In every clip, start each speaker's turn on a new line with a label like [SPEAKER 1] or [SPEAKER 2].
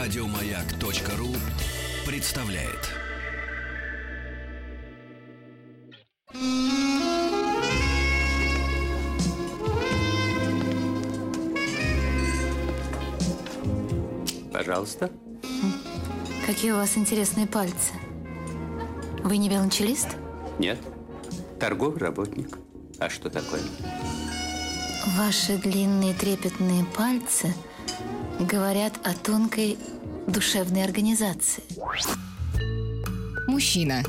[SPEAKER 1] Радиомаяк.ру представляет.
[SPEAKER 2] Пожалуйста.
[SPEAKER 3] Какие у вас интересные пальцы. Вы не велончелист?
[SPEAKER 2] Нет. Торговый работник. А что такое?
[SPEAKER 3] Ваши длинные трепетные пальцы говорят о тонкой душевной организации.
[SPEAKER 4] Мужчина.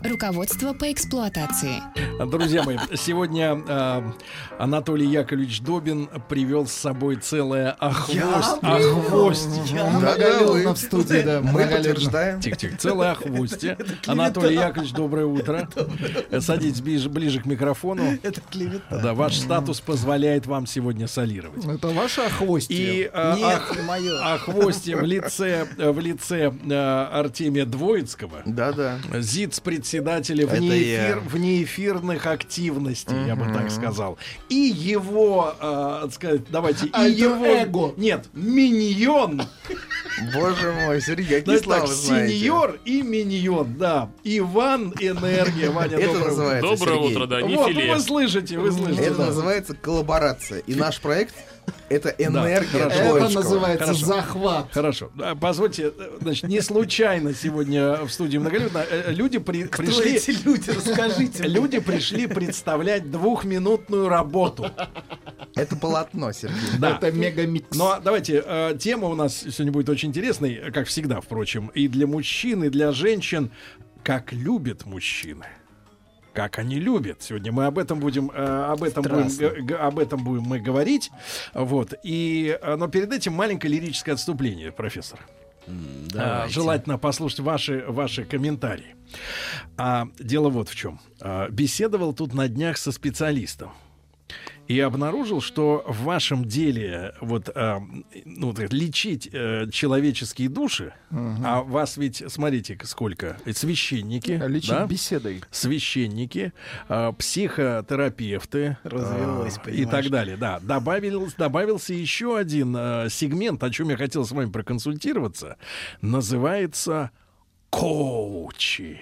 [SPEAKER 4] Руководство по эксплуатации.
[SPEAKER 5] Друзья мои, сегодня э, Анатолий Яковлевич Добин привел с собой целое охвост, охвостье.
[SPEAKER 6] Многолюдно
[SPEAKER 7] вы.
[SPEAKER 6] в студии, да,
[SPEAKER 7] Мы
[SPEAKER 6] многолюдно.
[SPEAKER 7] подтверждаем.
[SPEAKER 5] Тихо-тихо, целое охвостье. Анатолий Яковлевич, доброе утро. Садитесь ближе, ближе к микрофону.
[SPEAKER 7] Это клевета.
[SPEAKER 5] Да, ваш статус позволяет вам сегодня солировать.
[SPEAKER 6] Это ваше охвостье.
[SPEAKER 5] И э,
[SPEAKER 7] Нет,
[SPEAKER 5] ох-
[SPEAKER 7] мое.
[SPEAKER 5] охвостье в лице, э, в лице э, Артемия Двоицкого.
[SPEAKER 7] Да-да.
[SPEAKER 5] ЗИЦ председателя
[SPEAKER 7] Это я.
[SPEAKER 5] внеэфир, внеэфирных активностей, я бы так сказал. И его, э, так сказать, давайте,
[SPEAKER 6] А
[SPEAKER 5] и
[SPEAKER 6] это
[SPEAKER 5] его...
[SPEAKER 6] эго.
[SPEAKER 5] Нет, миньон.
[SPEAKER 7] Боже мой, Сергей, какие
[SPEAKER 5] Знаете, Ну, так,
[SPEAKER 7] слова знаете.
[SPEAKER 5] сеньор и миньон, да. Иван Энергия, Ваня,
[SPEAKER 7] Это
[SPEAKER 5] доброе утро.
[SPEAKER 7] называется,
[SPEAKER 8] Доброе
[SPEAKER 7] Сергей,
[SPEAKER 8] утро, да, не
[SPEAKER 5] Вот, ну
[SPEAKER 8] филе.
[SPEAKER 5] вы слышите, вы слышите.
[SPEAKER 7] Это
[SPEAKER 5] да.
[SPEAKER 7] называется коллаборация. И наш проект — это энергия
[SPEAKER 5] хорошо.
[SPEAKER 6] Это
[SPEAKER 7] Троицкого.
[SPEAKER 6] называется
[SPEAKER 5] Хорошо.
[SPEAKER 6] захват.
[SPEAKER 5] Хорошо. А, Позвольте, э, значит, не случайно сегодня в студии многолюдно э, люди при- пришли...
[SPEAKER 6] люди? Расскажите.
[SPEAKER 5] Люди пришли представлять двухминутную работу.
[SPEAKER 7] Это полотно, Сергей.
[SPEAKER 5] Да.
[SPEAKER 6] Это мегамикс.
[SPEAKER 5] Ну, а давайте, э, тема у нас сегодня будет очень интересной, как всегда, впрочем, и для мужчин, и для женщин. Как любят мужчины. Как они любят. Сегодня мы об этом будем, э, об этом будем,
[SPEAKER 7] Страстно.
[SPEAKER 5] э, г- об этом будем мы говорить. Вот. И, э, но перед этим маленькое лирическое отступление, профессор. А, Желательно послушать ваши, ваши комментарии. А, дело вот в чем. А, беседовал тут на днях со специалистом. И обнаружил, что в вашем деле вот, а, ну, так, лечить э, человеческие души, а вас ведь, смотрите, сколько, ведь священники,
[SPEAKER 6] Лечить
[SPEAKER 5] да?
[SPEAKER 6] А беседой.
[SPEAKER 5] священники, а, психотерапевты а,
[SPEAKER 7] Развелось,
[SPEAKER 5] и
[SPEAKER 7] понимаешь.
[SPEAKER 5] так далее. Да, добавился, добавился еще один а, сегмент, о чем я хотел с вами проконсультироваться, называется коучи.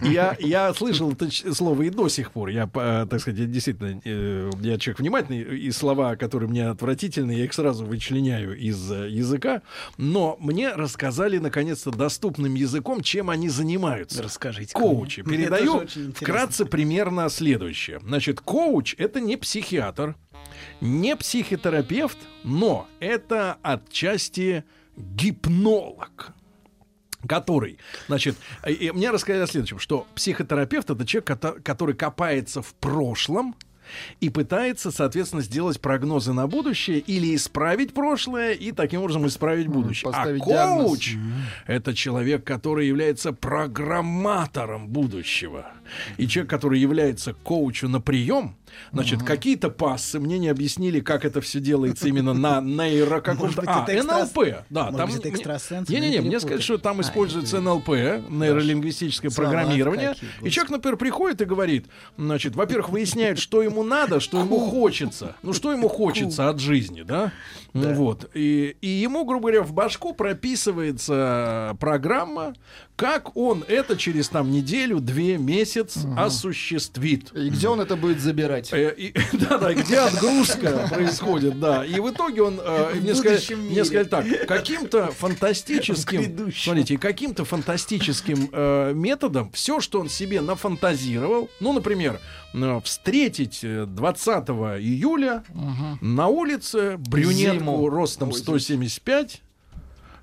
[SPEAKER 5] Я, я слышал это ч- слово и до сих пор. Я, по- э, так сказать, я действительно, э, я человек внимательный, и слова, которые мне отвратительны, я их сразу вычленяю из э, языка. Но мне рассказали, наконец-то, доступным языком, чем они занимаются. Расскажите. Коучи. Передаю вкратце примерно следующее. Значит, коуч — это не психиатр, не психотерапевт, но это отчасти гипнолог который, значит, э, э, мне рассказали о следующем, что психотерапевт это человек, кото- который копается в прошлом и пытается, соответственно, сделать прогнозы на будущее или исправить прошлое и таким образом исправить будущее. А
[SPEAKER 6] поставить диагноз.
[SPEAKER 5] коуч это человек, который является программатором будущего. И человек, который является коучу на прием, значит, какие-то пассы мне не объяснили, как это все делается именно на нейро каком-то...
[SPEAKER 9] быть,
[SPEAKER 5] А,
[SPEAKER 9] это экстрас-
[SPEAKER 5] НЛП, да.
[SPEAKER 9] Может
[SPEAKER 5] там
[SPEAKER 9] быть, это
[SPEAKER 5] мне-
[SPEAKER 9] экстрасенс,
[SPEAKER 5] Не-не-не,
[SPEAKER 9] или
[SPEAKER 5] мне
[SPEAKER 9] перепутали.
[SPEAKER 5] сказали, что там
[SPEAKER 9] А,
[SPEAKER 5] используется НЛП, нейролингвистическое
[SPEAKER 9] Слова
[SPEAKER 5] программирование.
[SPEAKER 9] какие,
[SPEAKER 5] И
[SPEAKER 9] господи.
[SPEAKER 5] человек, например, приходит и говорит, значит, во-первых, выясняет, что ему надо, что ему хочется. Ну, что ему хочется от жизни, да? Ну, Вот. И, и ему, грубо говоря, в башку прописывается программа, как он это через там неделю, две, месяц осуществит.
[SPEAKER 6] И где он это будет забирать?
[SPEAKER 5] Э, и- Да-да, и где отгрузка происходит, да. И в итоге он э, мне, сказали, мне сказали так, каким-то фантастическим, смотрите, каким-то фантастическим э, методом все, что он себе нафантазировал, ну, например, э, встретить э, 20 июля на улице брюнетку
[SPEAKER 6] Зиму.
[SPEAKER 5] ростом 175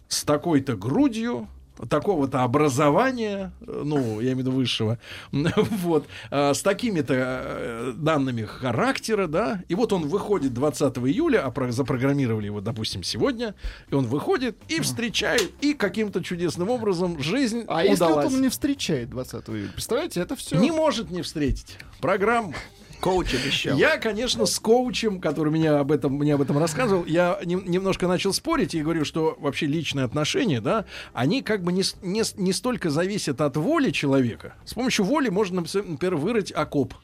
[SPEAKER 5] с такой-то грудью, такого-то образования, э, ну, я имею в виду высшего, вот, а, с такими-то э, данными характера, да, и вот он выходит 20 июля, а про- запрограммировали его, допустим, сегодня, и он выходит и встречает, и каким-то чудесным образом жизнь
[SPEAKER 6] А если вот
[SPEAKER 5] удалась.
[SPEAKER 6] он не встречает 20 июля? Представляете, это все...
[SPEAKER 5] Не может не встретить. Программа.
[SPEAKER 7] Коуч обещал.
[SPEAKER 5] Я, конечно, с коучем, который меня об этом, мне об этом рассказывал, я нем- немножко начал спорить и говорю, что вообще личные отношения, да, они как бы не, с- не, с- не столько зависят от воли человека. С помощью воли можно, например, вырыть окоп.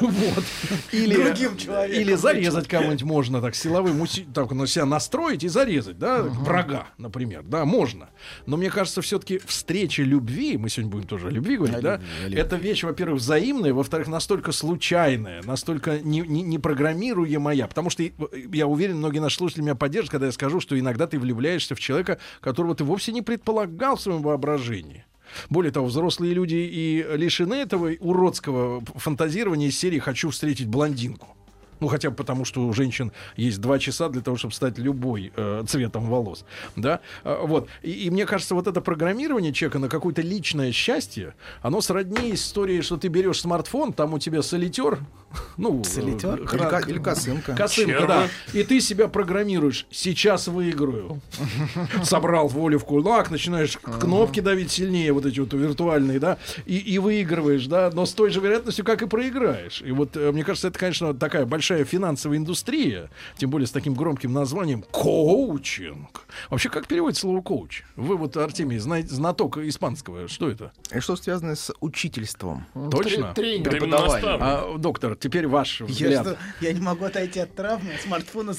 [SPEAKER 5] Вот. Или,
[SPEAKER 7] Другим человеком
[SPEAKER 5] Или зарезать кого-нибудь можно так силовым, уси- так на себя настроить и зарезать, да, врага, например, да, можно. Но мне кажется, все-таки встреча любви, мы сегодня будем тоже о любви говорить,
[SPEAKER 7] О
[SPEAKER 5] да,
[SPEAKER 7] любви, о любви.
[SPEAKER 5] это вещь, во-первых, взаимная, во-вторых, настолько случайная, настолько не- не- непрограммируемая, потому что и- я уверен, многие наши слушатели меня поддержат, когда я скажу, что иногда ты влюбляешься в человека, которого ты вовсе не предполагал в своем воображении. Более того, взрослые люди и лишены этого уродского фантазирования из серии «Хочу встретить блондинку». Ну, хотя бы потому, что у женщин есть два часа для того, чтобы стать любой э, цветом волос. Да? А, вот. И, и мне кажется, вот это программирование человека на какое-то личное счастье, оно сродни истории, что ты берешь смартфон, там у тебя солитер. Ну,
[SPEAKER 7] Солитер?
[SPEAKER 5] э,
[SPEAKER 7] Или
[SPEAKER 5] хра-
[SPEAKER 7] ка- или косынка.
[SPEAKER 5] Косынка, да. И ты себя программируешь. Сейчас выиграю. Собрал волю в кулак, начинаешь кнопки давить сильнее, вот эти вот виртуальные, да, и, и выигрываешь, да, но с той же вероятностью, как и проиграешь. И вот, э, мне кажется, это, конечно, такая большая финансовая индустрия, тем более с таким громким названием коучинг. Вообще, как переводится слово коуч? Вы вот, Артемий, знаете, знаток испанского, что это?
[SPEAKER 7] И А что связано с учительством?
[SPEAKER 5] Точно?
[SPEAKER 6] Тренер.
[SPEAKER 5] А, доктор, теперь ваш
[SPEAKER 8] Я,
[SPEAKER 5] взгляд.
[SPEAKER 8] что, я не могу отойти от травмы смартфона с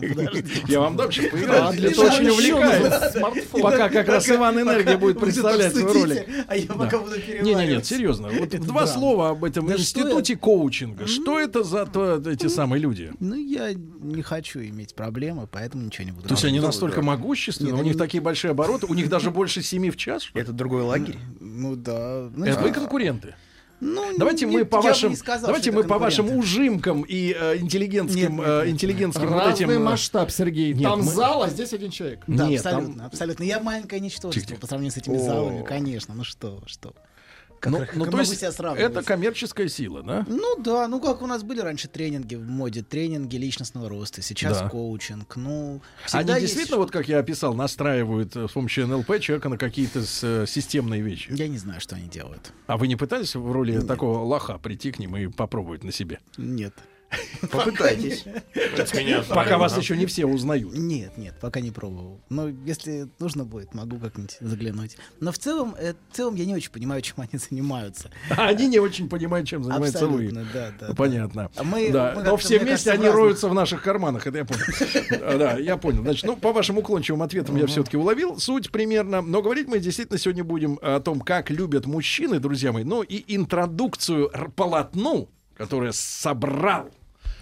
[SPEAKER 8] Подожди.
[SPEAKER 5] Я вам дам сейчас поиграть.
[SPEAKER 6] для
[SPEAKER 5] Это
[SPEAKER 6] того,
[SPEAKER 5] очень
[SPEAKER 6] что
[SPEAKER 5] увлекает.
[SPEAKER 8] надо? Смартфон.
[SPEAKER 5] Пока как раз
[SPEAKER 8] Пока-
[SPEAKER 5] Иван Энергия
[SPEAKER 8] пока
[SPEAKER 5] будет
[SPEAKER 8] вы тут
[SPEAKER 5] представлять свой ролик.
[SPEAKER 8] обсудите, А я пока буду
[SPEAKER 5] Не,
[SPEAKER 8] переваривать.
[SPEAKER 5] не, нет, серьезно. Вот
[SPEAKER 8] Это
[SPEAKER 5] два
[SPEAKER 8] драма.
[SPEAKER 5] слова об этом
[SPEAKER 8] Да что
[SPEAKER 5] институте коучинга. Что это за то- эти самые люди?
[SPEAKER 8] Ну, я не хочу иметь проблемы, поэтому ничего не буду. Ну
[SPEAKER 5] То есть они настолько могущественны,
[SPEAKER 8] Нет,
[SPEAKER 5] у них
[SPEAKER 8] они-
[SPEAKER 5] такие большие обороты, у них даже больше семи в час. что ли?
[SPEAKER 7] Это другой лагерь?
[SPEAKER 8] Ну да. Ну,
[SPEAKER 5] Это
[SPEAKER 8] что-
[SPEAKER 5] вы конкуренты.
[SPEAKER 8] ну,
[SPEAKER 5] Давайте
[SPEAKER 8] не-
[SPEAKER 5] мы
[SPEAKER 8] я
[SPEAKER 5] по
[SPEAKER 8] бы не
[SPEAKER 5] вашим,
[SPEAKER 8] сказал,
[SPEAKER 5] давайте
[SPEAKER 8] что это
[SPEAKER 5] мы по вашим
[SPEAKER 8] конкуренты.
[SPEAKER 5] ужимкам и э, интеллигентским,
[SPEAKER 8] Нет, нет,
[SPEAKER 5] э,
[SPEAKER 8] нет.
[SPEAKER 5] интеллигентским вот этим.
[SPEAKER 6] Разный
[SPEAKER 5] э,
[SPEAKER 6] масштаб, Сергей.
[SPEAKER 5] Нет,
[SPEAKER 6] Там
[SPEAKER 5] мы-
[SPEAKER 6] зал, а здесь один человек.
[SPEAKER 8] Да,
[SPEAKER 5] Нет, там-
[SPEAKER 8] абсолютно, абсолютно. Я маленькое ничтожество
[SPEAKER 5] Тихо-тихо.
[SPEAKER 8] по сравнению с этими залами, конечно. Ну что, вы, что? вы. Как,
[SPEAKER 5] Ну,
[SPEAKER 8] как
[SPEAKER 5] ну,
[SPEAKER 8] я
[SPEAKER 5] то
[SPEAKER 8] могу
[SPEAKER 5] есть
[SPEAKER 8] себя сравнивать?
[SPEAKER 5] это коммерческая сила, да?
[SPEAKER 8] Ну да, ну как у нас были раньше тренинги в моде, тренинги личностного роста, сейчас
[SPEAKER 5] Да.
[SPEAKER 8] коучинг, ну
[SPEAKER 5] Они
[SPEAKER 8] всегда есть
[SPEAKER 5] действительно, вот как я описал, настраивают э, с помощью НЛП человека на какие-то с- э, системные вещи.
[SPEAKER 8] Я не знаю, что они делают.
[SPEAKER 5] А вы не пытались в роли такого лоха прийти к ним и попробовать на себе?
[SPEAKER 8] Нет.
[SPEAKER 7] Попытайтесь.
[SPEAKER 5] Пока вас еще не все узнают.
[SPEAKER 8] Нет, нет, пока не пробовал. Но если нужно будет, могу как-нибудь заглянуть. Но в целом, э, в целом я не очень понимаю, чем они занимаются.
[SPEAKER 5] А Они не очень понимают, чем занимаются вы.
[SPEAKER 8] Абсолютно, да, да,
[SPEAKER 5] Ну,
[SPEAKER 8] да.
[SPEAKER 5] Понятно.
[SPEAKER 8] А мы-
[SPEAKER 5] Да,
[SPEAKER 8] мы
[SPEAKER 5] Но
[SPEAKER 8] как-то,
[SPEAKER 5] все
[SPEAKER 8] мне
[SPEAKER 5] вместе
[SPEAKER 8] кажется, в
[SPEAKER 5] они
[SPEAKER 8] разных-
[SPEAKER 5] роются в наших карманах, это я понял. Да, я понял. Значит, ну, по вашим уклончивым ответам я все-таки уловил суть примерно. Но говорить мы действительно сегодня будем о том, как любят мужчины, друзья мои, ну и интродукцию р- полотну, которое собрал.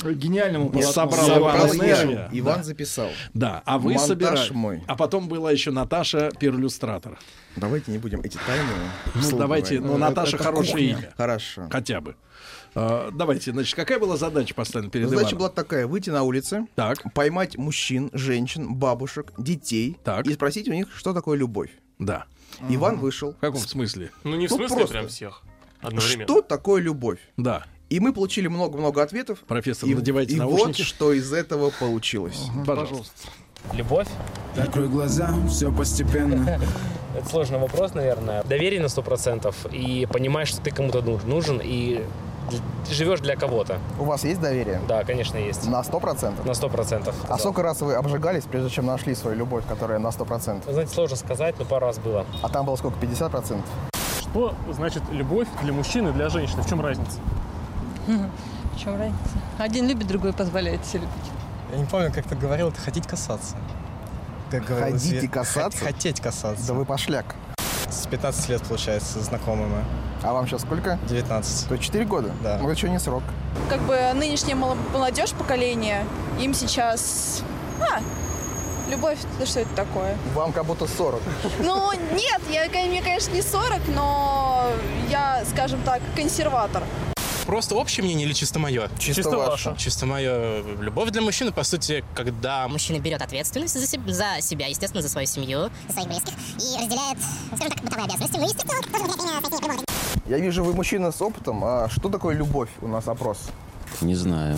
[SPEAKER 6] Гениальному
[SPEAKER 5] Нет,
[SPEAKER 6] полотну.
[SPEAKER 5] собрал Иван
[SPEAKER 7] Запал
[SPEAKER 5] Энергия.
[SPEAKER 7] слежу. Иван записал.
[SPEAKER 5] Да, а вы
[SPEAKER 7] Монтаж
[SPEAKER 5] собирали.
[SPEAKER 7] мой.
[SPEAKER 5] А потом была еще Наташа Перлюстратор.
[SPEAKER 7] Давайте не будем эти тайны.
[SPEAKER 5] Ну,
[SPEAKER 7] вслух
[SPEAKER 5] давайте,
[SPEAKER 7] говорить.
[SPEAKER 5] ну, Наташа хорошее имя.
[SPEAKER 7] Хорошо.
[SPEAKER 5] Хотя бы. А, давайте, значит, какая была задача поставлена перед
[SPEAKER 9] Задача
[SPEAKER 5] Иваном?
[SPEAKER 9] была такая: выйти на улицы,
[SPEAKER 5] Так,
[SPEAKER 9] поймать мужчин, женщин, бабушек, детей
[SPEAKER 5] Так.
[SPEAKER 9] и спросить у них, что такое любовь.
[SPEAKER 5] да.
[SPEAKER 9] Иван вышел.
[SPEAKER 5] В каком смысле?
[SPEAKER 10] Ну не в
[SPEAKER 9] Ну,
[SPEAKER 10] смысле
[SPEAKER 9] просто.
[SPEAKER 10] прям всех. Одновременно.
[SPEAKER 9] Что такое любовь?
[SPEAKER 5] Да.
[SPEAKER 9] И мы получили много-много ответов.
[SPEAKER 5] Профессор,
[SPEAKER 9] И,
[SPEAKER 5] надевайте
[SPEAKER 9] и вот
[SPEAKER 5] наушники.
[SPEAKER 9] что из этого получилось.
[SPEAKER 5] Пожалуйста.
[SPEAKER 11] Любовь?
[SPEAKER 1] Закрой глаза, все постепенно.
[SPEAKER 11] Это сложный вопрос, наверное. Доверие на 100% и понимаешь, что ты кому-то ну- нужен и д- живешь для кого-то.
[SPEAKER 9] У вас есть доверие?
[SPEAKER 11] Да, конечно, есть.
[SPEAKER 9] На 100%?
[SPEAKER 11] На 100%.
[SPEAKER 9] А
[SPEAKER 11] Да.
[SPEAKER 9] сколько раз вы обжигались, прежде чем нашли свою любовь, которая на 100%?
[SPEAKER 11] Вы знаете, сложно сказать, но пару раз было.
[SPEAKER 9] А там было сколько, 50%?
[SPEAKER 12] Что значит любовь для мужчины и для женщины? В чем разница?
[SPEAKER 11] В чем разница? Один любит, другой позволяет себе любить.
[SPEAKER 12] Я не помню, как ты говорил, это хотеть касаться. Как говорил
[SPEAKER 9] Ходить и
[SPEAKER 12] Свет-
[SPEAKER 9] касаться?
[SPEAKER 12] Хотеть касаться.
[SPEAKER 9] Да вы пошляк.
[SPEAKER 12] С 15 лет, получается, знакомыми.
[SPEAKER 9] А вам сейчас сколько?
[SPEAKER 12] 19.
[SPEAKER 9] То 4 года?
[SPEAKER 12] Да.
[SPEAKER 9] Ну, это еще не срок.
[SPEAKER 11] Как бы нынешняя молодежь поколение, им сейчас... любовь, да что это такое?
[SPEAKER 9] Вам как будто 40.
[SPEAKER 11] Ну, нет, я, мне, конечно, не 40, но я, скажем так, консерватор.
[SPEAKER 12] Просто общее мнение или чисто мое?
[SPEAKER 9] Чисто Чисто ваше. ваше.
[SPEAKER 12] Чисто мое. Любовь для мужчины, по сути, когда...
[SPEAKER 11] Мужчина берет ответственность за, себ- за себя, естественно, за свою семью. За своих близких. И разделяет, скажем так, бытовые обязанности. Ну, естественно,
[SPEAKER 9] Я вижу, вы мужчина с опытом. А что такое любовь? У нас опрос.
[SPEAKER 2] Не знаю.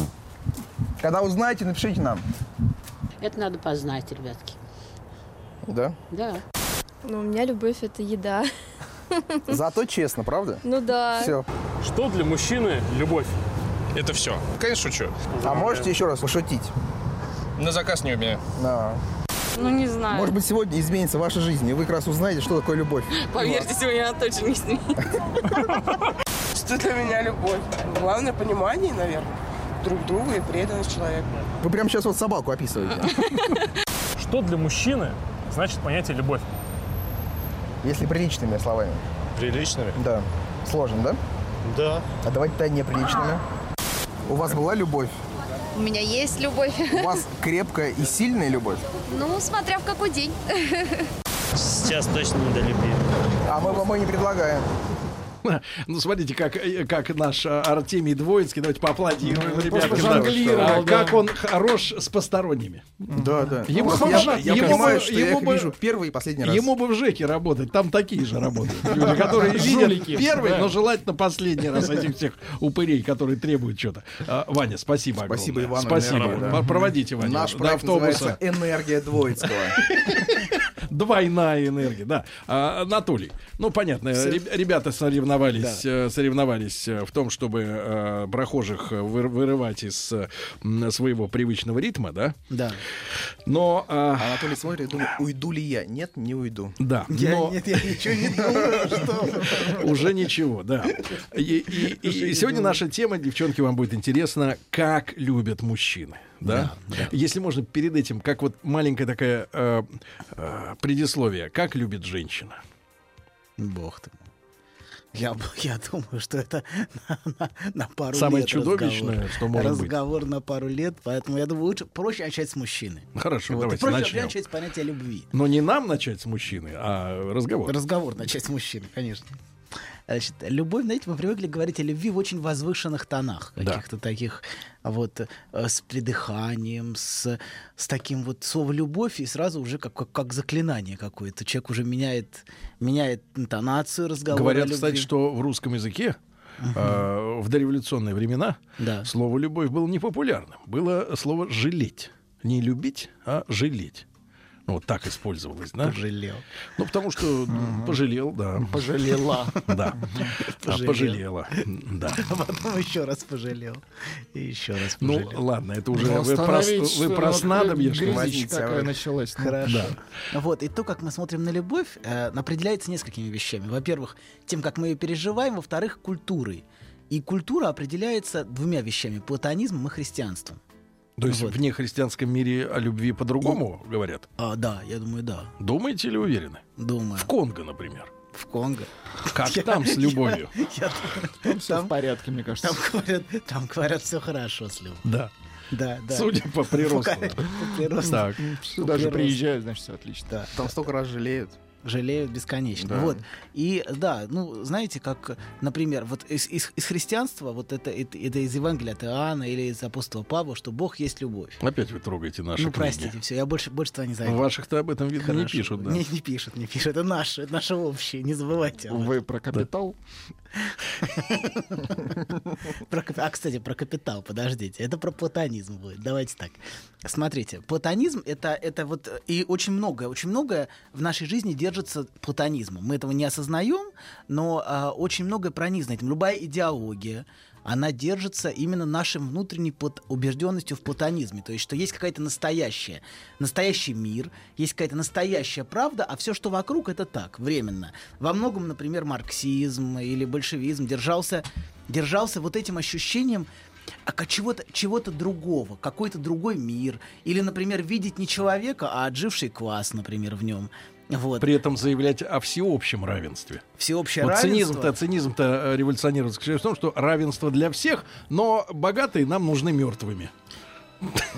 [SPEAKER 9] Когда узнаете, напишите нам.
[SPEAKER 11] Это надо познать, ребятки.
[SPEAKER 9] Да?
[SPEAKER 11] Да.
[SPEAKER 12] Ну, у меня любовь — это еда.
[SPEAKER 9] Зато честно, правда?
[SPEAKER 12] Ну да.
[SPEAKER 9] Все.
[SPEAKER 12] Что для мужчины любовь? Это все. Конечно, шучу.
[SPEAKER 9] А можете еще раз пошутить?
[SPEAKER 12] На заказ не умею.
[SPEAKER 9] Да.
[SPEAKER 11] Ну, не знаю.
[SPEAKER 9] Может быть, сегодня изменится ваша
[SPEAKER 11] Ну,
[SPEAKER 9] жизнь, и вы как раз узнаете, что такое любовь.
[SPEAKER 11] Поверьте, сегодня она точно не снимет.
[SPEAKER 10] Что для меня любовь? Главное понимание, наверное, друг друга и преданность человеку.
[SPEAKER 9] Вы прямо сейчас вот собаку описываете.
[SPEAKER 12] Что для мужчины значит понятие любовь?
[SPEAKER 9] Если приличными словами.
[SPEAKER 12] Приличными?
[SPEAKER 9] Да. Сложно, да?
[SPEAKER 12] Да.
[SPEAKER 9] А давайте тогда неприличными. У вас была любовь?
[SPEAKER 13] У меня есть любовь.
[SPEAKER 9] У вас крепкая и сильная любовь?
[SPEAKER 13] Ну, смотря в какой день.
[SPEAKER 14] Сейчас точно не до любви.
[SPEAKER 9] А мы вам и не предлагаем.
[SPEAKER 5] Ну, смотрите, как, как наш а, Артемий Двоинский, давайте поаплодируем,
[SPEAKER 9] Ну,
[SPEAKER 5] ребята. А
[SPEAKER 6] жонглировал, да.
[SPEAKER 5] Как он хорош с посторонними.
[SPEAKER 9] Да, да.
[SPEAKER 5] Ему
[SPEAKER 9] Вот
[SPEAKER 5] нужно-
[SPEAKER 9] я, я
[SPEAKER 5] ему
[SPEAKER 9] понимаю,
[SPEAKER 5] бы-
[SPEAKER 9] что я
[SPEAKER 5] ему
[SPEAKER 9] их
[SPEAKER 5] бы-
[SPEAKER 9] вижу первый и последний раз.
[SPEAKER 5] Ему бы в ЖЭКе работать, там такие же работают. Люди, которые видят
[SPEAKER 6] Жулики.
[SPEAKER 5] первый,
[SPEAKER 6] Да.
[SPEAKER 5] но желательно последний раз этих всех упырей, которые требуют что-то. А, Ваня, спасибо огромное.
[SPEAKER 9] Спасибо, Иван.
[SPEAKER 5] Спасибо. Пр- Проводите, Ваню.
[SPEAKER 9] Наш
[SPEAKER 5] до
[SPEAKER 9] проект
[SPEAKER 5] автобуса.
[SPEAKER 9] называется «Энергия Двоицкого».
[SPEAKER 5] Двойная энергия, да. А, Анатолий, ну понятно,
[SPEAKER 6] Всё.
[SPEAKER 5] реб- ребята соревновались, э, соревновались э, в том, чтобы э, прохожих выр- вырывать из э, м, своего привычного ритма, да?
[SPEAKER 8] Да.
[SPEAKER 5] Но а,
[SPEAKER 9] Анатолий смотрит и думает, уйду ли я? Нет, не уйду.
[SPEAKER 5] да,
[SPEAKER 8] Я,
[SPEAKER 5] но
[SPEAKER 8] Нет, я ничего не думаю, что...
[SPEAKER 5] уже ничего, да. И, и- и сегодня наша тема, девчонки, вам будет интересно, как любят мужчины. Да? Если можно, перед этим, как вот маленькое такое э, э, предисловие, как любит женщина.
[SPEAKER 8] Бог ты мой. Я, б- я думаю, что это на, на- на пару
[SPEAKER 5] Самое
[SPEAKER 8] лет
[SPEAKER 5] чудовищное,
[SPEAKER 8] разговор.
[SPEAKER 5] что может быть.
[SPEAKER 8] Разговор на пару лет, поэтому я думаю, лучше проще начать с мужчины.
[SPEAKER 5] Хорошо,
[SPEAKER 8] Вот, и
[SPEAKER 5] давайте
[SPEAKER 8] проще
[SPEAKER 5] начнем.
[SPEAKER 8] начать с понятия любви.
[SPEAKER 5] Но не нам начать с мужчины, а разговор.
[SPEAKER 8] Разговор начать с мужчины, конечно. Значит, любовь, знаете, мы привыкли говорить о любви в очень возвышенных тонах,
[SPEAKER 5] Да.
[SPEAKER 8] каких-то таких вот э, с придыханием, с, с таким вот слово любовь, и сразу уже как, как, как заклинание какое-то. Человек уже меняет, меняет интонацию разговора. о
[SPEAKER 5] Говорят,
[SPEAKER 8] любви.
[SPEAKER 5] кстати, что в русском языке э, в дореволюционные времена
[SPEAKER 8] Да.
[SPEAKER 5] слово «любовь» было непопулярным. Было слово «жалеть». Не «любить», а «жалеть». Ну, вот так использовалось, да?
[SPEAKER 8] Пожалел.
[SPEAKER 5] Ну, потому что м, пожалел, да.
[SPEAKER 8] Пожалела.
[SPEAKER 5] Да. А,
[SPEAKER 8] Пожалел.
[SPEAKER 5] Пожалела. Да.
[SPEAKER 8] А потом еще раз пожалел. И еще раз
[SPEAKER 5] Ну,
[SPEAKER 8] пожалел.
[SPEAKER 5] ладно, это уже
[SPEAKER 6] Ну,
[SPEAKER 5] вы про,
[SPEAKER 6] остановитесь,
[SPEAKER 5] вы
[SPEAKER 6] что
[SPEAKER 5] про
[SPEAKER 6] вот
[SPEAKER 5] снадобье, что ли? а
[SPEAKER 6] грязище такое началось. ну.
[SPEAKER 8] Хорошо. Вот, и то, как мы смотрим на любовь, э, определяется несколькими вещами. Во-первых, тем, как мы ее переживаем, во-вторых, культурой. И культура определяется двумя вещами: платонизмом и христианством.
[SPEAKER 5] То есть
[SPEAKER 8] Вот.
[SPEAKER 5] в нехристианском мире о любви по-другому говорят?
[SPEAKER 8] А, да, я думаю, да.
[SPEAKER 5] Думаете или уверены?
[SPEAKER 8] Думаю.
[SPEAKER 5] В Конго, например.
[SPEAKER 8] В Конго.
[SPEAKER 5] Как там с любовью?
[SPEAKER 8] Я-
[SPEAKER 6] Там все в порядке, мне кажется.
[SPEAKER 8] Там говорят, там говорят, все хорошо с любовью.
[SPEAKER 5] Да.
[SPEAKER 8] Да, да.
[SPEAKER 5] Судя по приросту.
[SPEAKER 8] По приросту.
[SPEAKER 5] Так.
[SPEAKER 6] Сюда же
[SPEAKER 8] Первый раз.
[SPEAKER 6] приезжают, значит, все отлично.
[SPEAKER 8] Да.
[SPEAKER 9] Там столько раз жалеют.
[SPEAKER 8] жалеют бесконечно.
[SPEAKER 9] Да.
[SPEAKER 8] Вот. И да, ну, знаете, как, например, вот из, из- из христианства, вот это, это, это из Евангелия от Иоанна или из апостола Павла, что Бог есть любовь.
[SPEAKER 5] Опять вы трогаете наши
[SPEAKER 8] ну,
[SPEAKER 5] книги.
[SPEAKER 8] простите, все, я больше, больше туда не зайду.
[SPEAKER 5] Ваших-то об этом, видно, не
[SPEAKER 8] Хорошо.
[SPEAKER 5] пишут, да.
[SPEAKER 8] Не, не пишут, не пишут. Это наше, это наше общее, не забывайте. об
[SPEAKER 6] Вы про капитал?
[SPEAKER 8] Про кап- а, кстати, про капитал, подождите. Это про платонизм будет. Давайте так. Смотрите, платонизм — это, это вот... э, И очень многое, очень многое в нашей жизни держится платонизмом. Мы этого не осознаем, но а, очень многое пронизано этим. Любая идеология, она держится именно нашим внутренней плат- убежденностью в платонизме. То есть, что есть какая-то настоящая, настоящий мир, есть какая-то настоящая правда, а все, что вокруг, это так, временно. Во многом, например, марксизм или большевизм держался держался вот этим ощущением а ка- чего-то чего-то другого, какой-то другой мир. Или, например, видеть не человека, а отживший класс, например, в нем. Вот.
[SPEAKER 5] При этом заявлять о всеобщем равенстве.
[SPEAKER 8] Всеобщее
[SPEAKER 5] Вот
[SPEAKER 8] равенство.
[SPEAKER 5] цинизм-то, цинизм-то э, революционер заключается в том, что равенство для всех, но богатые нам нужны мертвыми.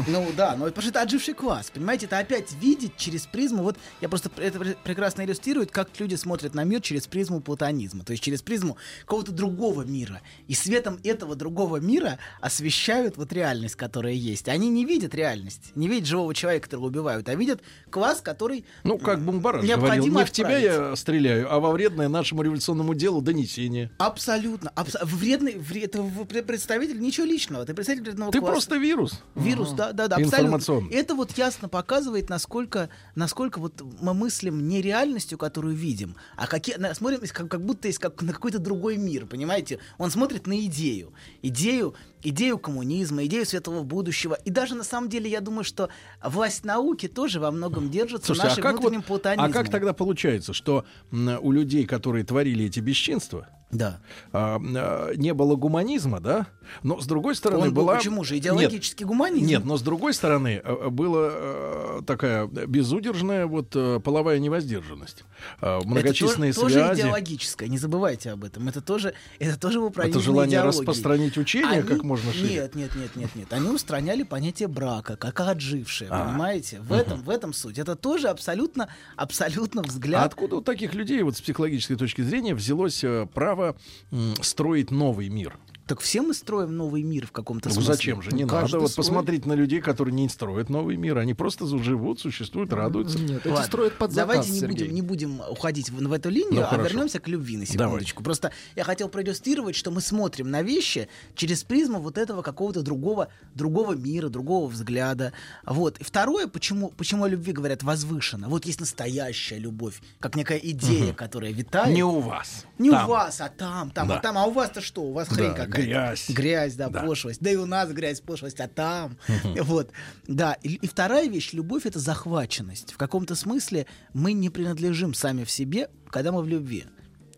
[SPEAKER 8] Ну да, но это, потому что это отживший класс, понимаете, это опять видеть через призму, вот я просто это пр- прекрасно иллюстрирует, как люди смотрят на мир через призму платонизма, то есть через призму какого-то другого мира, и светом этого другого мира освещают вот реальность, которая есть. Они не видят реальность, не видят живого человека, которого убивают, а видят класс, который...
[SPEAKER 5] Ну, как Бумбараш говорил,
[SPEAKER 8] Необходимо
[SPEAKER 5] не в тебя
[SPEAKER 8] отправить.
[SPEAKER 5] я стреляю, а во вредное нашему революционному делу донесение.
[SPEAKER 8] Абсолютно, абс- вредный, вред, это в- пр- представитель, ничего личного, ты представитель вредного
[SPEAKER 5] Ты
[SPEAKER 8] класса.
[SPEAKER 5] просто вирус.
[SPEAKER 8] Вирус, да, да, да,
[SPEAKER 5] Информационный.
[SPEAKER 8] абсолютно. Это вот ясно показывает, насколько, насколько вот мы мыслим не реальностью, которую видим, а какие, на- смотрим из- как, как будто из, как, на какой-то другой мир, понимаете? Он смотрит на идею. Идею, идею коммунизма, идею светлого будущего. И даже на самом деле, я думаю, что власть науки тоже во многом держится
[SPEAKER 5] Слушайте,
[SPEAKER 8] нашим
[SPEAKER 5] а как, вот-
[SPEAKER 8] внутренним
[SPEAKER 5] а
[SPEAKER 8] платонизмом.
[SPEAKER 5] как тогда получается, что м, у людей, которые творили эти бесчинства,
[SPEAKER 8] Да.
[SPEAKER 5] А, а, не было гуманизма, да? Но с другой стороны
[SPEAKER 8] Он был
[SPEAKER 5] была...
[SPEAKER 8] почему же? Идеологический гуманизм.
[SPEAKER 5] Нет, но с другой стороны э, была э, такая безудержная вот э, половая невоздержанность, Э, многочисленные
[SPEAKER 8] это то-
[SPEAKER 5] связи.
[SPEAKER 8] тоже идеологическое, не забывайте об этом. Это тоже, это тоже в управлении
[SPEAKER 5] Это желание
[SPEAKER 8] идеологией.
[SPEAKER 5] распространить учение как можно шире.
[SPEAKER 8] Нет, нет, нет, нет, нет. Они устраняли понятие брака как отжившее,
[SPEAKER 5] А.
[SPEAKER 8] понимаете? В
[SPEAKER 5] Мгм.
[SPEAKER 8] этом, в этом суть. Это тоже абсолютно, абсолютно
[SPEAKER 5] А
[SPEAKER 8] взгляд.
[SPEAKER 5] откуда у таких людей вот с психологической точки зрения взялось э, право м, строить новый мир?
[SPEAKER 8] Так все мы строим новый мир в каком-то
[SPEAKER 5] Ну,
[SPEAKER 8] смысле.
[SPEAKER 5] зачем же? Не надо вот посмотреть на людей, которые не строят новый мир. Они просто живут, существуют, радуются.
[SPEAKER 8] Ладно, Давайте не будем, не будем уходить в, в эту линию,
[SPEAKER 5] Ну,
[SPEAKER 8] а
[SPEAKER 5] хорошо.
[SPEAKER 8] вернемся к любви на секундочку. Просто я хотел проиллюстрировать, что мы смотрим на вещи через призму вот этого какого-то другого, другого мира, другого взгляда. Вот. И второе, почему, почему о любви говорят возвышенно. Вот есть настоящая любовь, как некая идея,
[SPEAKER 5] Мгм.
[SPEAKER 8] которая витает.
[SPEAKER 5] Не у вас.
[SPEAKER 8] Не
[SPEAKER 5] Там.
[SPEAKER 8] у вас, а там, там,
[SPEAKER 5] Да.
[SPEAKER 8] а там. А у вас-то что? У вас хрень
[SPEAKER 5] Да,
[SPEAKER 8] какая-то.
[SPEAKER 5] грязь.
[SPEAKER 8] Грязь, да, пошлость. Да и у нас грязь, пошлость, а там. Вот. Да, и, и вторая вещь, любовь — это захваченность. В каком-то смысле мы не принадлежим сами в себе, когда мы в любви.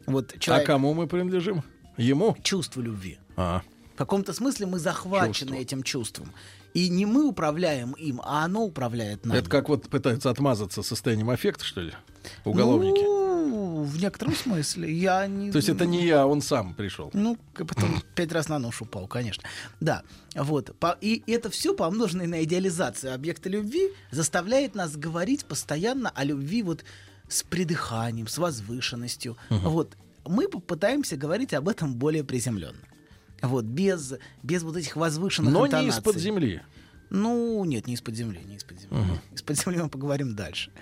[SPEAKER 8] Вот человек...
[SPEAKER 5] А кому мы принадлежим? Ему?
[SPEAKER 8] Чувство любви.
[SPEAKER 5] А.
[SPEAKER 8] В каком-то смысле мы захвачены этим чувством. И не мы управляем им, а оно управляет нами.
[SPEAKER 5] Это как вот пытаются отмазаться состоянием аффекта, что ли? Уголовники.
[SPEAKER 8] Ну, в некотором смысле. Я не...
[SPEAKER 5] То есть это не я, он сам пришел.
[SPEAKER 8] Ну, к- потом пять раз на нож упал, конечно. Да, вот. По- И это все, помноженное на идеализацию объекта любви, заставляет нас говорить постоянно о любви вот с придыханием, с возвышенностью.
[SPEAKER 15] Мгм.
[SPEAKER 8] Вот. Мы попытаемся говорить об этом более приземленно. Вот, без, без вот этих возвышенных
[SPEAKER 5] Но не
[SPEAKER 8] интонаций.
[SPEAKER 5] из-под земли.
[SPEAKER 8] Ну, нет, не из-под земли, не из-под земли.
[SPEAKER 5] Мгм.
[SPEAKER 8] Из-под земли мы поговорим дальше.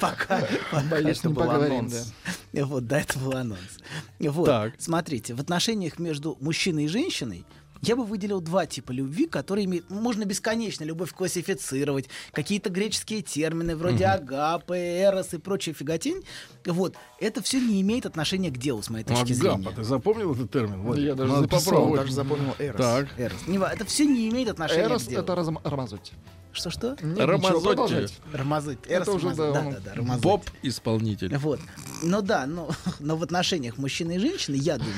[SPEAKER 8] Пока пока
[SPEAKER 6] Боюсь,
[SPEAKER 8] это
[SPEAKER 6] не
[SPEAKER 8] был
[SPEAKER 6] поговорим,
[SPEAKER 8] анонс. Вот, да, это был анонс. Вот, смотрите, в отношениях между мужчиной и женщиной я бы выделил два типа любви, которые имеют... ну, Можно бесконечно любовь классифицировать. Какие-то греческие термины вроде
[SPEAKER 5] Мгм.
[SPEAKER 8] агапы, эрос и прочая фиготень. Вот. Это все не имеет отношения к делу, с моей точки
[SPEAKER 5] Агапа,
[SPEAKER 8] зрения.
[SPEAKER 5] А, ты запомнил этот термин? Владик?
[SPEAKER 6] я даже
[SPEAKER 5] Надо
[SPEAKER 6] записал,
[SPEAKER 5] попробовать.
[SPEAKER 6] даже запомнил Эрос. А
[SPEAKER 5] Так.
[SPEAKER 8] Эрос. Не ва- Это все не имеет отношения
[SPEAKER 6] Эрос —
[SPEAKER 8] к делу.
[SPEAKER 6] это разом- Рамазотти.
[SPEAKER 8] Что-что?
[SPEAKER 6] ничего, Рамазотти. продолжайте.
[SPEAKER 8] Рамазотти.
[SPEAKER 6] Это
[SPEAKER 8] Эрос
[SPEAKER 6] уже,
[SPEAKER 8] Рамазотти.
[SPEAKER 6] да,
[SPEAKER 8] Да,
[SPEAKER 6] он-
[SPEAKER 8] да, да, Рамазотти.
[SPEAKER 5] Боб-исполнитель.
[SPEAKER 8] Вот. Ну да, но, но в отношениях мужчины и женщины, я думаю,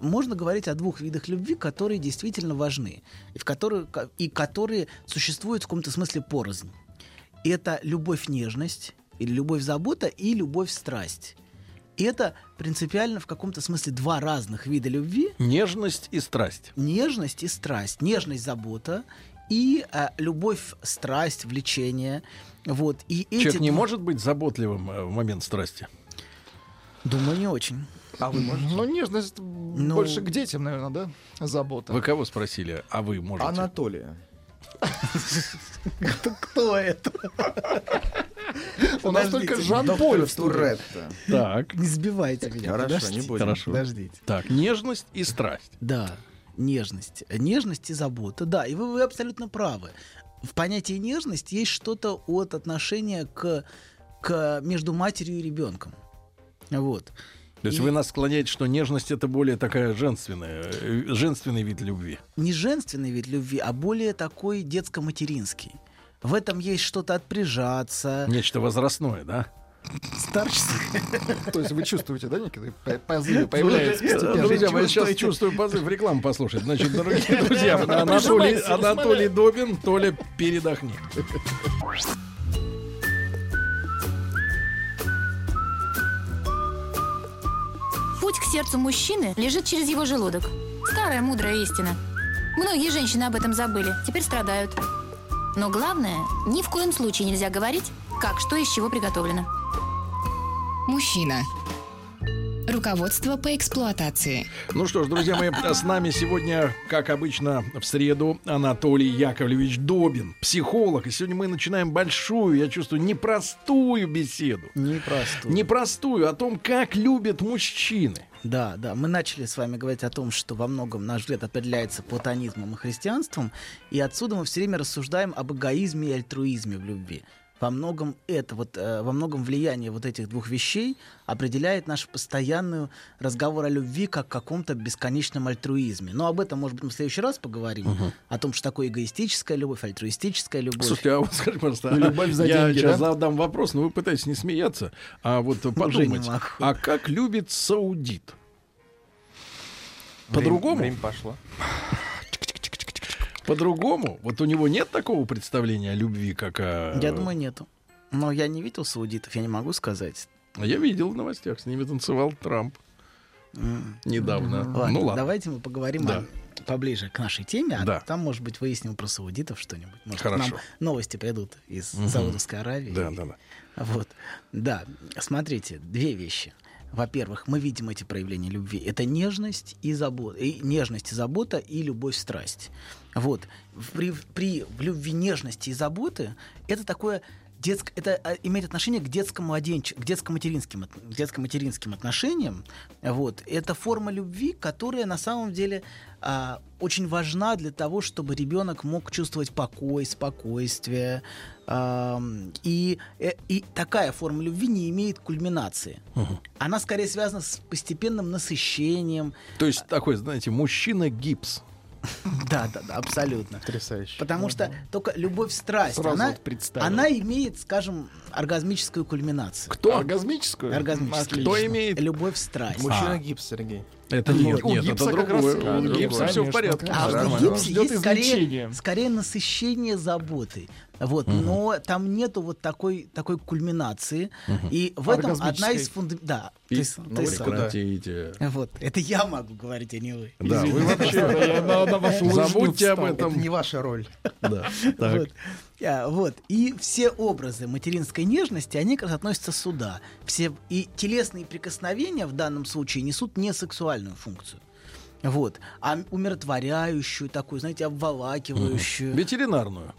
[SPEAKER 8] можно говорить о двух видах любви, которые действительно важны, и, в которые, ко- и которые существуют в каком-то смысле порознь. И это любовь-нежность, или любовь-забота, и любовь-страсть. И это принципиально в каком-то смысле два разных вида любви.
[SPEAKER 5] Нежность и страсть.
[SPEAKER 8] Нежность и страсть. Нежность, забота и э, любовь, страсть, влечение. Вот. И эти
[SPEAKER 5] Человек не
[SPEAKER 8] два-
[SPEAKER 5] может быть заботливым э, в момент страсти.
[SPEAKER 8] Думаю, не очень.
[SPEAKER 6] А вы можете? Ну, нежность больше к детям, наверное, да? Забота.
[SPEAKER 5] Вы кого спросили? А вы можете?
[SPEAKER 6] Анатолия.
[SPEAKER 8] Кто это?
[SPEAKER 6] У нас только Жан-Поль
[SPEAKER 5] Доктор
[SPEAKER 6] в студии.
[SPEAKER 5] Туретта. Так.
[SPEAKER 8] Не сбивайте меня.
[SPEAKER 5] Хорошо,
[SPEAKER 8] подождите,
[SPEAKER 5] не будем. Хорошо.
[SPEAKER 8] Подождите.
[SPEAKER 5] Так, нежность и страсть.
[SPEAKER 8] Да, нежность. Нежность и забота. Да, и вы, вы абсолютно правы. В понятии нежность есть что-то от отношения к, к между матерью и ребенком. Вот.
[SPEAKER 5] То есть
[SPEAKER 8] И-
[SPEAKER 5] вы нас склоняете, что нежность это более такая женственная, э, женственный вид любви.
[SPEAKER 8] не женственный вид любви, а более такой детско-материнский. В этом есть что-то от прижаться,
[SPEAKER 5] Нечто возрастное, да?
[SPEAKER 8] старческое.
[SPEAKER 6] То есть вы чувствуете, да, некие п-
[SPEAKER 5] Ну,
[SPEAKER 6] позывы появляются постепенно?
[SPEAKER 5] Друзья мои, сейчас
[SPEAKER 6] Чувствуете?
[SPEAKER 5] чувствую позыв рекламу послушать. Значит, дорогие друзья,
[SPEAKER 6] Да,
[SPEAKER 5] Анатолий,
[SPEAKER 6] прижимайся,
[SPEAKER 5] Анатолий
[SPEAKER 6] Росмолян.
[SPEAKER 5] Добин, Толя, передохни.
[SPEAKER 3] Путь к сердцу мужчины лежит через его желудок. Старая мудрая истина. Многие женщины об этом забыли, теперь страдают. Но главное, ни в коем случае нельзя говорить, как что из чего приготовлено.
[SPEAKER 4] Мужчина. Руководство по эксплуатации.
[SPEAKER 5] Ну что ж, друзья мои, с нами сегодня, как обычно, в среду Анатолий Яковлевич Добин, психолог. И сегодня мы начинаем большую, я чувствую, непростую беседу.
[SPEAKER 8] Непростую.
[SPEAKER 5] Непростую о том, как любят мужчины.
[SPEAKER 8] Да, да. Мы начали с вами говорить о том, что во многом наш взгляд определяется платонизмом и христианством, и отсюда мы все время рассуждаем об эгоизме и альтруизме в любви. Во многом это вот, э, во многом влияние вот этих двух вещей определяет наш постоянный разговор о любви как каком-то бесконечном альтруизме. Но об этом, может быть, мы в следующий раз поговорим.
[SPEAKER 5] Мгм.
[SPEAKER 8] О том, что такое эгоистическая любовь, альтруистическая любовь.
[SPEAKER 5] Слушайте, а вот скажите, пожалуйста,
[SPEAKER 8] Ну, любовь за
[SPEAKER 5] я
[SPEAKER 8] деньги,
[SPEAKER 5] сейчас
[SPEAKER 8] да?
[SPEAKER 5] задам вопрос, но вы пытаетесь не смеяться, а вот
[SPEAKER 8] Уже не
[SPEAKER 5] подумать,
[SPEAKER 8] могу.
[SPEAKER 5] а как любит саудит? По-другому?
[SPEAKER 15] Время пошло.
[SPEAKER 5] По-другому? Вот у него нет такого представления о любви, как о...
[SPEAKER 8] Я думаю, нету. Но я не видел саудитов, я не могу сказать.
[SPEAKER 5] А Я видел в новостях, с ними танцевал Трамп. Недавно.
[SPEAKER 8] Ладно,
[SPEAKER 5] ну ладно.
[SPEAKER 8] давайте мы поговорим
[SPEAKER 5] Да.
[SPEAKER 8] о- поближе к нашей теме, а
[SPEAKER 5] Да.
[SPEAKER 8] там, может быть, выясним про саудитов что-нибудь. Может, к
[SPEAKER 5] Хорошо.
[SPEAKER 8] нам новости придут из
[SPEAKER 5] Мгм.
[SPEAKER 8] Саудовской Аравии.
[SPEAKER 5] Да, да, да.
[SPEAKER 8] Вот. Да, смотрите, две вещи. Во-первых, мы видим эти проявления любви. Это нежность и забота, и нежность и забота и любовь, страсть. Вот В- при, при в любви нежности и заботы это такое детск- это а, имеет отношение к детскому младенч... к детско-материнским, от- к детско-материнским отношениям. Вот это форма любви, которая на самом деле а, очень важна для того, чтобы ребенок мог чувствовать покой, спокойствие. Ам, и, э, и такая форма любви не имеет кульминации. Она скорее связана с постепенным насыщением.
[SPEAKER 5] То есть такой, знаете, мужчина-гипс.
[SPEAKER 8] Да, да, да, абсолютно.
[SPEAKER 6] Потрясающе.
[SPEAKER 8] Потому что только любовь-страсть,
[SPEAKER 6] Сразу
[SPEAKER 8] она,
[SPEAKER 6] вот представил.
[SPEAKER 8] она имеет, скажем, оргазмическую кульминацию.
[SPEAKER 5] Кто?
[SPEAKER 6] Оргазмическую?
[SPEAKER 8] Оргазмическую.
[SPEAKER 6] Кто
[SPEAKER 5] имеет?
[SPEAKER 8] Любовь-страсть.
[SPEAKER 5] А.
[SPEAKER 6] Мужчина гипс, Сергей.
[SPEAKER 5] Это
[SPEAKER 6] Ну,
[SPEAKER 5] нет,
[SPEAKER 6] у
[SPEAKER 5] нет,
[SPEAKER 6] гипса
[SPEAKER 5] это
[SPEAKER 6] как
[SPEAKER 5] другое. У
[SPEAKER 6] раз- Да,
[SPEAKER 5] гипса
[SPEAKER 6] другое,
[SPEAKER 5] все в
[SPEAKER 6] конечно,
[SPEAKER 5] порядке.
[SPEAKER 6] конечно.
[SPEAKER 8] А в
[SPEAKER 5] Нормально.
[SPEAKER 8] гипсе
[SPEAKER 6] Ждёт
[SPEAKER 8] есть скорее,
[SPEAKER 6] извлечения.
[SPEAKER 8] скорее насыщение заботой. Вот, но там нету вот такой такой кульминации,
[SPEAKER 5] Мгм.
[SPEAKER 8] и в этом одна из
[SPEAKER 5] Оргазмической.
[SPEAKER 8] фунда... да,
[SPEAKER 5] И-
[SPEAKER 8] ты, с-
[SPEAKER 5] ну,
[SPEAKER 8] ты
[SPEAKER 5] вы
[SPEAKER 8] с-
[SPEAKER 5] прекратите.
[SPEAKER 8] Вот, это я могу говорить, а не вы.
[SPEAKER 5] Да, вы вообще- Я на- на вашу лыжню Забудьте об встал. этом. Это не
[SPEAKER 8] ваша роль.
[SPEAKER 7] А
[SPEAKER 5] Да, так.
[SPEAKER 8] Вот. А, вот. И все образы материнской нежности, они как раз относятся сюда. Все и телесные прикосновения в данном случае несут не сексуальную функцию. Вот. А умиротворяющую такую, знаете, обволакивающую.
[SPEAKER 5] Ветеринарную.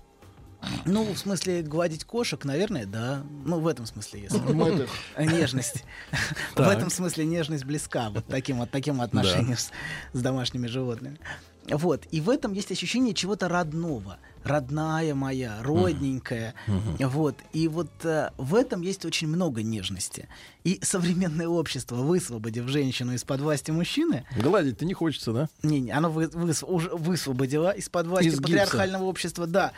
[SPEAKER 8] Ну, в смысле, гладить кошек, наверное, да. Ну, в этом смысле, если.
[SPEAKER 6] Мытых.
[SPEAKER 8] Нежность. В
[SPEAKER 6] Так.
[SPEAKER 8] этом смысле нежность близка вот таким вот таким отношением с с домашними животными. Вот. И в этом есть ощущение чего-то родного. Родная моя, родненькая.
[SPEAKER 16] Мгм.
[SPEAKER 8] Вот. И вот э, в этом есть очень много нежности. И современное общество, высвободив женщину из-под власти мужчины,
[SPEAKER 5] Гладить-то не хочется, да?
[SPEAKER 8] не-не, оно вы, выс- уже высвободило из-под власти
[SPEAKER 5] Из гипса.
[SPEAKER 8] патриархального общества, да.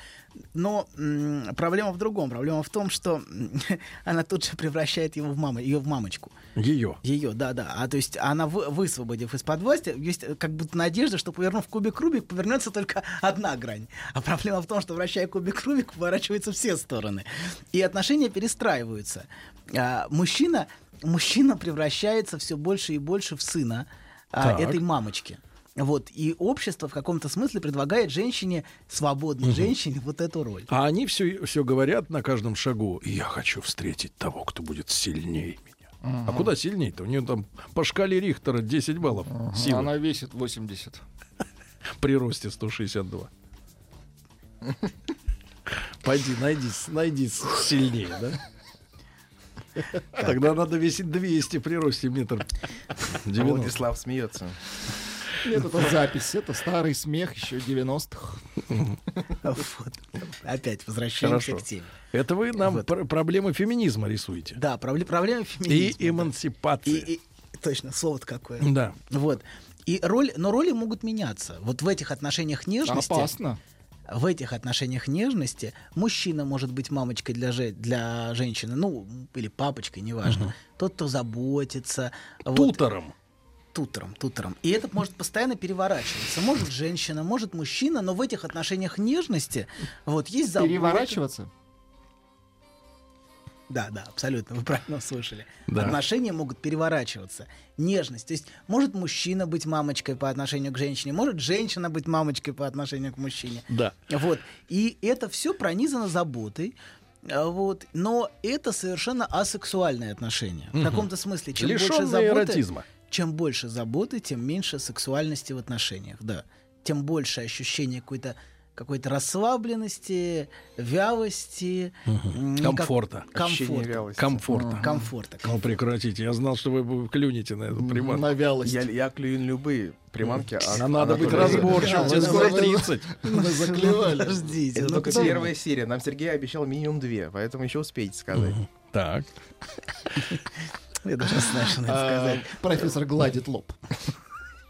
[SPEAKER 8] Но м, проблема в другом. Проблема в том, что м, она тут же превращает его в маму, ее в мамочку.
[SPEAKER 5] Ее.
[SPEAKER 8] Ее, да, да. А то есть она вы- высвободив из-под власти, есть э, как будто надежда, что повернув кубик Рубик, повернется только одна грань. А проблема в том, что вращая кубик Рубик, поворачиваются все стороны. И отношения перестраиваются. А, мужчина, мужчина превращается все больше и больше в сына а,
[SPEAKER 16] Так.
[SPEAKER 8] этой мамочки. Вот, и общество в каком-то смысле предлагает женщине, свободной
[SPEAKER 5] Мгм.
[SPEAKER 8] женщине, вот эту роль.
[SPEAKER 5] А они все, все говорят на каждом шагу. Я хочу встретить того, кто будет сильнее меня. А куда сильнее-то? У нее там по шкале Рихтера 10 баллов силы
[SPEAKER 6] Она весит 80.
[SPEAKER 5] при росте 162. Пойди, найди, с- найди с- сильнее, да? Тогда надо весить 200 при росте метр 90.
[SPEAKER 7] Владислав смеется.
[SPEAKER 6] Нет, это запись, это старый смех еще 90-х.
[SPEAKER 8] Вот. Опять возвращаемся
[SPEAKER 5] Хорошо.
[SPEAKER 8] к теме.
[SPEAKER 5] Это вы нам пр- проблемы феминизма рисуете.
[SPEAKER 8] Да, пробле- проблема
[SPEAKER 5] И
[SPEAKER 8] феминизма.
[SPEAKER 5] эмансипации.
[SPEAKER 8] И- и- точно, слово-то какое.
[SPEAKER 5] Да.
[SPEAKER 8] Вот. И роль, но роли могут меняться. Вот в этих отношениях нежности...
[SPEAKER 6] Опасно.
[SPEAKER 8] В этих отношениях нежности мужчина может быть мамочкой для, же- для женщины, ну, или папочкой, неважно. Тот, кто заботится. вот.
[SPEAKER 5] Тутором.
[SPEAKER 8] Тутором, тутором. И это может постоянно переворачиваться. Может женщина, может мужчина, но в этих отношениях нежности вот есть забота.
[SPEAKER 6] Переворачиваться?
[SPEAKER 8] Да, да, абсолютно, вы правильно услышали.
[SPEAKER 6] Да.
[SPEAKER 8] Отношения могут переворачиваться. Нежность. То есть может мужчина быть мамочкой по отношению к женщине, может женщина быть мамочкой по отношению к мужчине.
[SPEAKER 5] Да.
[SPEAKER 8] Вот. И это все пронизано заботой. а, Вот. Но это совершенно асексуальные отношения. В
[SPEAKER 5] Мгм.
[SPEAKER 8] каком-то смысле, чем больше
[SPEAKER 5] Лишённые
[SPEAKER 8] заботы,
[SPEAKER 5] эротизма.
[SPEAKER 8] чем больше заботы, тем меньше сексуальности в отношениях, да. Тем больше ощущение какой-то какой-то расслабленности, вялости, м, как-
[SPEAKER 5] Комфорта.
[SPEAKER 8] комфорта.
[SPEAKER 5] Комфорта.
[SPEAKER 8] Комфорта.
[SPEAKER 5] Ну, прекратите. Я знал, что вы клюнете на эту приманку.
[SPEAKER 6] На вялость.
[SPEAKER 7] Я, я клюю на любые приманки.
[SPEAKER 5] А надо быть разборчивым, тебе скоро 30.
[SPEAKER 6] Мы заклевали.
[SPEAKER 8] Подождите.
[SPEAKER 7] Это
[SPEAKER 8] ну
[SPEAKER 7] только
[SPEAKER 8] кто-
[SPEAKER 7] первая серия. Нам Сергей обещал минимум две, поэтому еще успеете сказать.
[SPEAKER 5] Так.
[SPEAKER 8] Я даже знаю, что надо
[SPEAKER 6] А,
[SPEAKER 8] сказать.
[SPEAKER 6] Профессор гладит лоб.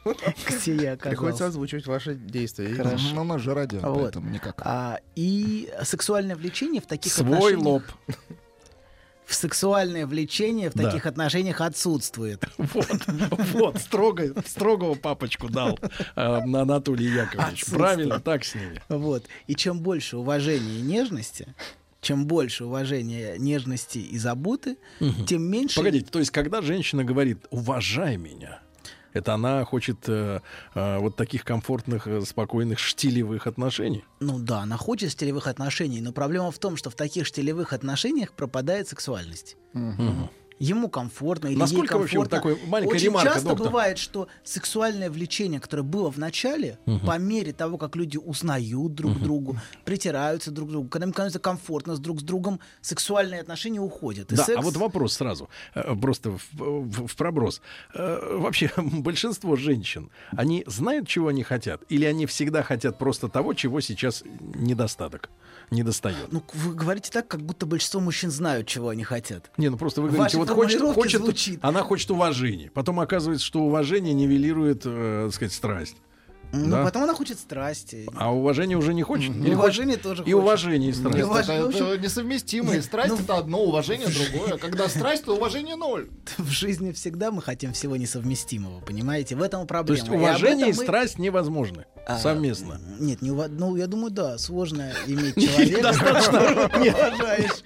[SPEAKER 8] Где я оказался?
[SPEAKER 7] Приходится озвучивать ваши действия.
[SPEAKER 8] Хорошо.
[SPEAKER 6] Но мы Ну, же радио,
[SPEAKER 8] Вот.
[SPEAKER 6] поэтому никак.
[SPEAKER 8] А, и сексуальное влечение в таких
[SPEAKER 7] Свой
[SPEAKER 8] отношениях...
[SPEAKER 7] лоб.
[SPEAKER 8] В в сексуальное влечение в
[SPEAKER 5] Да.
[SPEAKER 8] таких отношениях отсутствует.
[SPEAKER 5] Вот, вот, строго, строгого папочку дал э, Анатолий Яковлевич.
[SPEAKER 8] Отсутствует.
[SPEAKER 5] Правильно, так с ними.
[SPEAKER 8] Вот. И чем больше уважения и нежности, чем больше уважения, нежности и заботы,
[SPEAKER 5] Мгм.
[SPEAKER 8] тем меньше...
[SPEAKER 5] Погодите, то есть, когда женщина говорит «уважай меня», это она хочет э, э, вот таких комфортных, э, спокойных, штилевых отношений?
[SPEAKER 8] Ну да, она хочет стилевых отношений, но проблема в том, что в таких стилевых отношениях пропадает сексуальность.
[SPEAKER 5] Мгм.
[SPEAKER 8] Ему комфортно или
[SPEAKER 5] Насколько,
[SPEAKER 8] ей
[SPEAKER 5] в общем,
[SPEAKER 8] комфортно.
[SPEAKER 5] такой маленькая
[SPEAKER 8] Очень
[SPEAKER 5] ремарка,
[SPEAKER 8] часто
[SPEAKER 5] доктор?
[SPEAKER 8] бывает, что сексуальное влечение, которое было в начале,
[SPEAKER 5] Мгм.
[SPEAKER 8] по мере того, как люди узнают друг другу, притираются друг к другу, когда им становится комфортно с друг с другом, сексуальные отношения уходят. И
[SPEAKER 5] Да,
[SPEAKER 8] секс-
[SPEAKER 5] а вот вопрос сразу, э, просто в, в- в проброс. Э, Вообще, большинство женщин, они знают, чего они хотят, или они всегда хотят просто того, чего сейчас недостаток, недостает?
[SPEAKER 8] Ну, к- вы говорите так, как будто большинство мужчин знают, чего они хотят.
[SPEAKER 5] Не, ну просто вы
[SPEAKER 8] Ваши
[SPEAKER 5] говорите, вот хочет,
[SPEAKER 8] формулировки
[SPEAKER 5] хочет-
[SPEAKER 8] звучит.
[SPEAKER 5] она хочет уважения. Потом оказывается, что уважение нивелирует, э, так сказать, страсть.
[SPEAKER 8] Ну,
[SPEAKER 5] Да?
[SPEAKER 8] потом она хочет страсти.
[SPEAKER 5] А уважение уже не хочет?
[SPEAKER 8] Ну,
[SPEAKER 5] Или
[SPEAKER 8] уважение
[SPEAKER 5] хочет?
[SPEAKER 8] тоже
[SPEAKER 5] И
[SPEAKER 8] хочет.
[SPEAKER 5] уважение, и страсть.
[SPEAKER 6] Нет, это,
[SPEAKER 8] ну, в общем-
[SPEAKER 6] это несовместимо. И
[SPEAKER 8] Нет,
[SPEAKER 6] страсть
[SPEAKER 8] ну-
[SPEAKER 6] это одно, уважение другое. Когда страсть, то уважение ноль.
[SPEAKER 8] В жизни всегда мы хотим всего несовместимого, понимаете? В этом и
[SPEAKER 5] То
[SPEAKER 8] проблема.
[SPEAKER 5] есть
[SPEAKER 8] И об
[SPEAKER 5] уважение и
[SPEAKER 8] этом мы-
[SPEAKER 5] страсть невозможны
[SPEAKER 8] А,
[SPEAKER 5] совместно.
[SPEAKER 8] Нет, не ува- ну я думаю, да, сложно иметь человека, которого не уважаешь.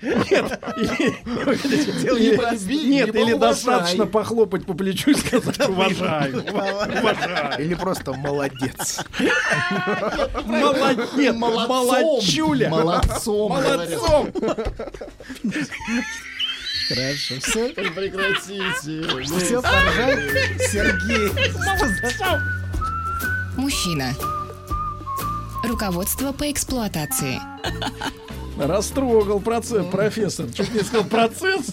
[SPEAKER 8] Дело не
[SPEAKER 5] Или-
[SPEAKER 8] про любви,
[SPEAKER 5] Нет,
[SPEAKER 8] либо
[SPEAKER 5] или
[SPEAKER 8] уважай.
[SPEAKER 5] достаточно похлопать по плечу и сказать «уважаю».
[SPEAKER 7] Или просто молодец.
[SPEAKER 5] Молодец,
[SPEAKER 6] Молодцом.
[SPEAKER 5] молодчуля.
[SPEAKER 6] Молодцом,
[SPEAKER 5] Молодцом.
[SPEAKER 8] Хорошо, все.
[SPEAKER 6] Прекратите.
[SPEAKER 8] Все, поржал Сергей.
[SPEAKER 4] Мужчина. Руководство по эксплуатации.
[SPEAKER 5] Растрогал процесс, профессор. Чуть не сказал процесс.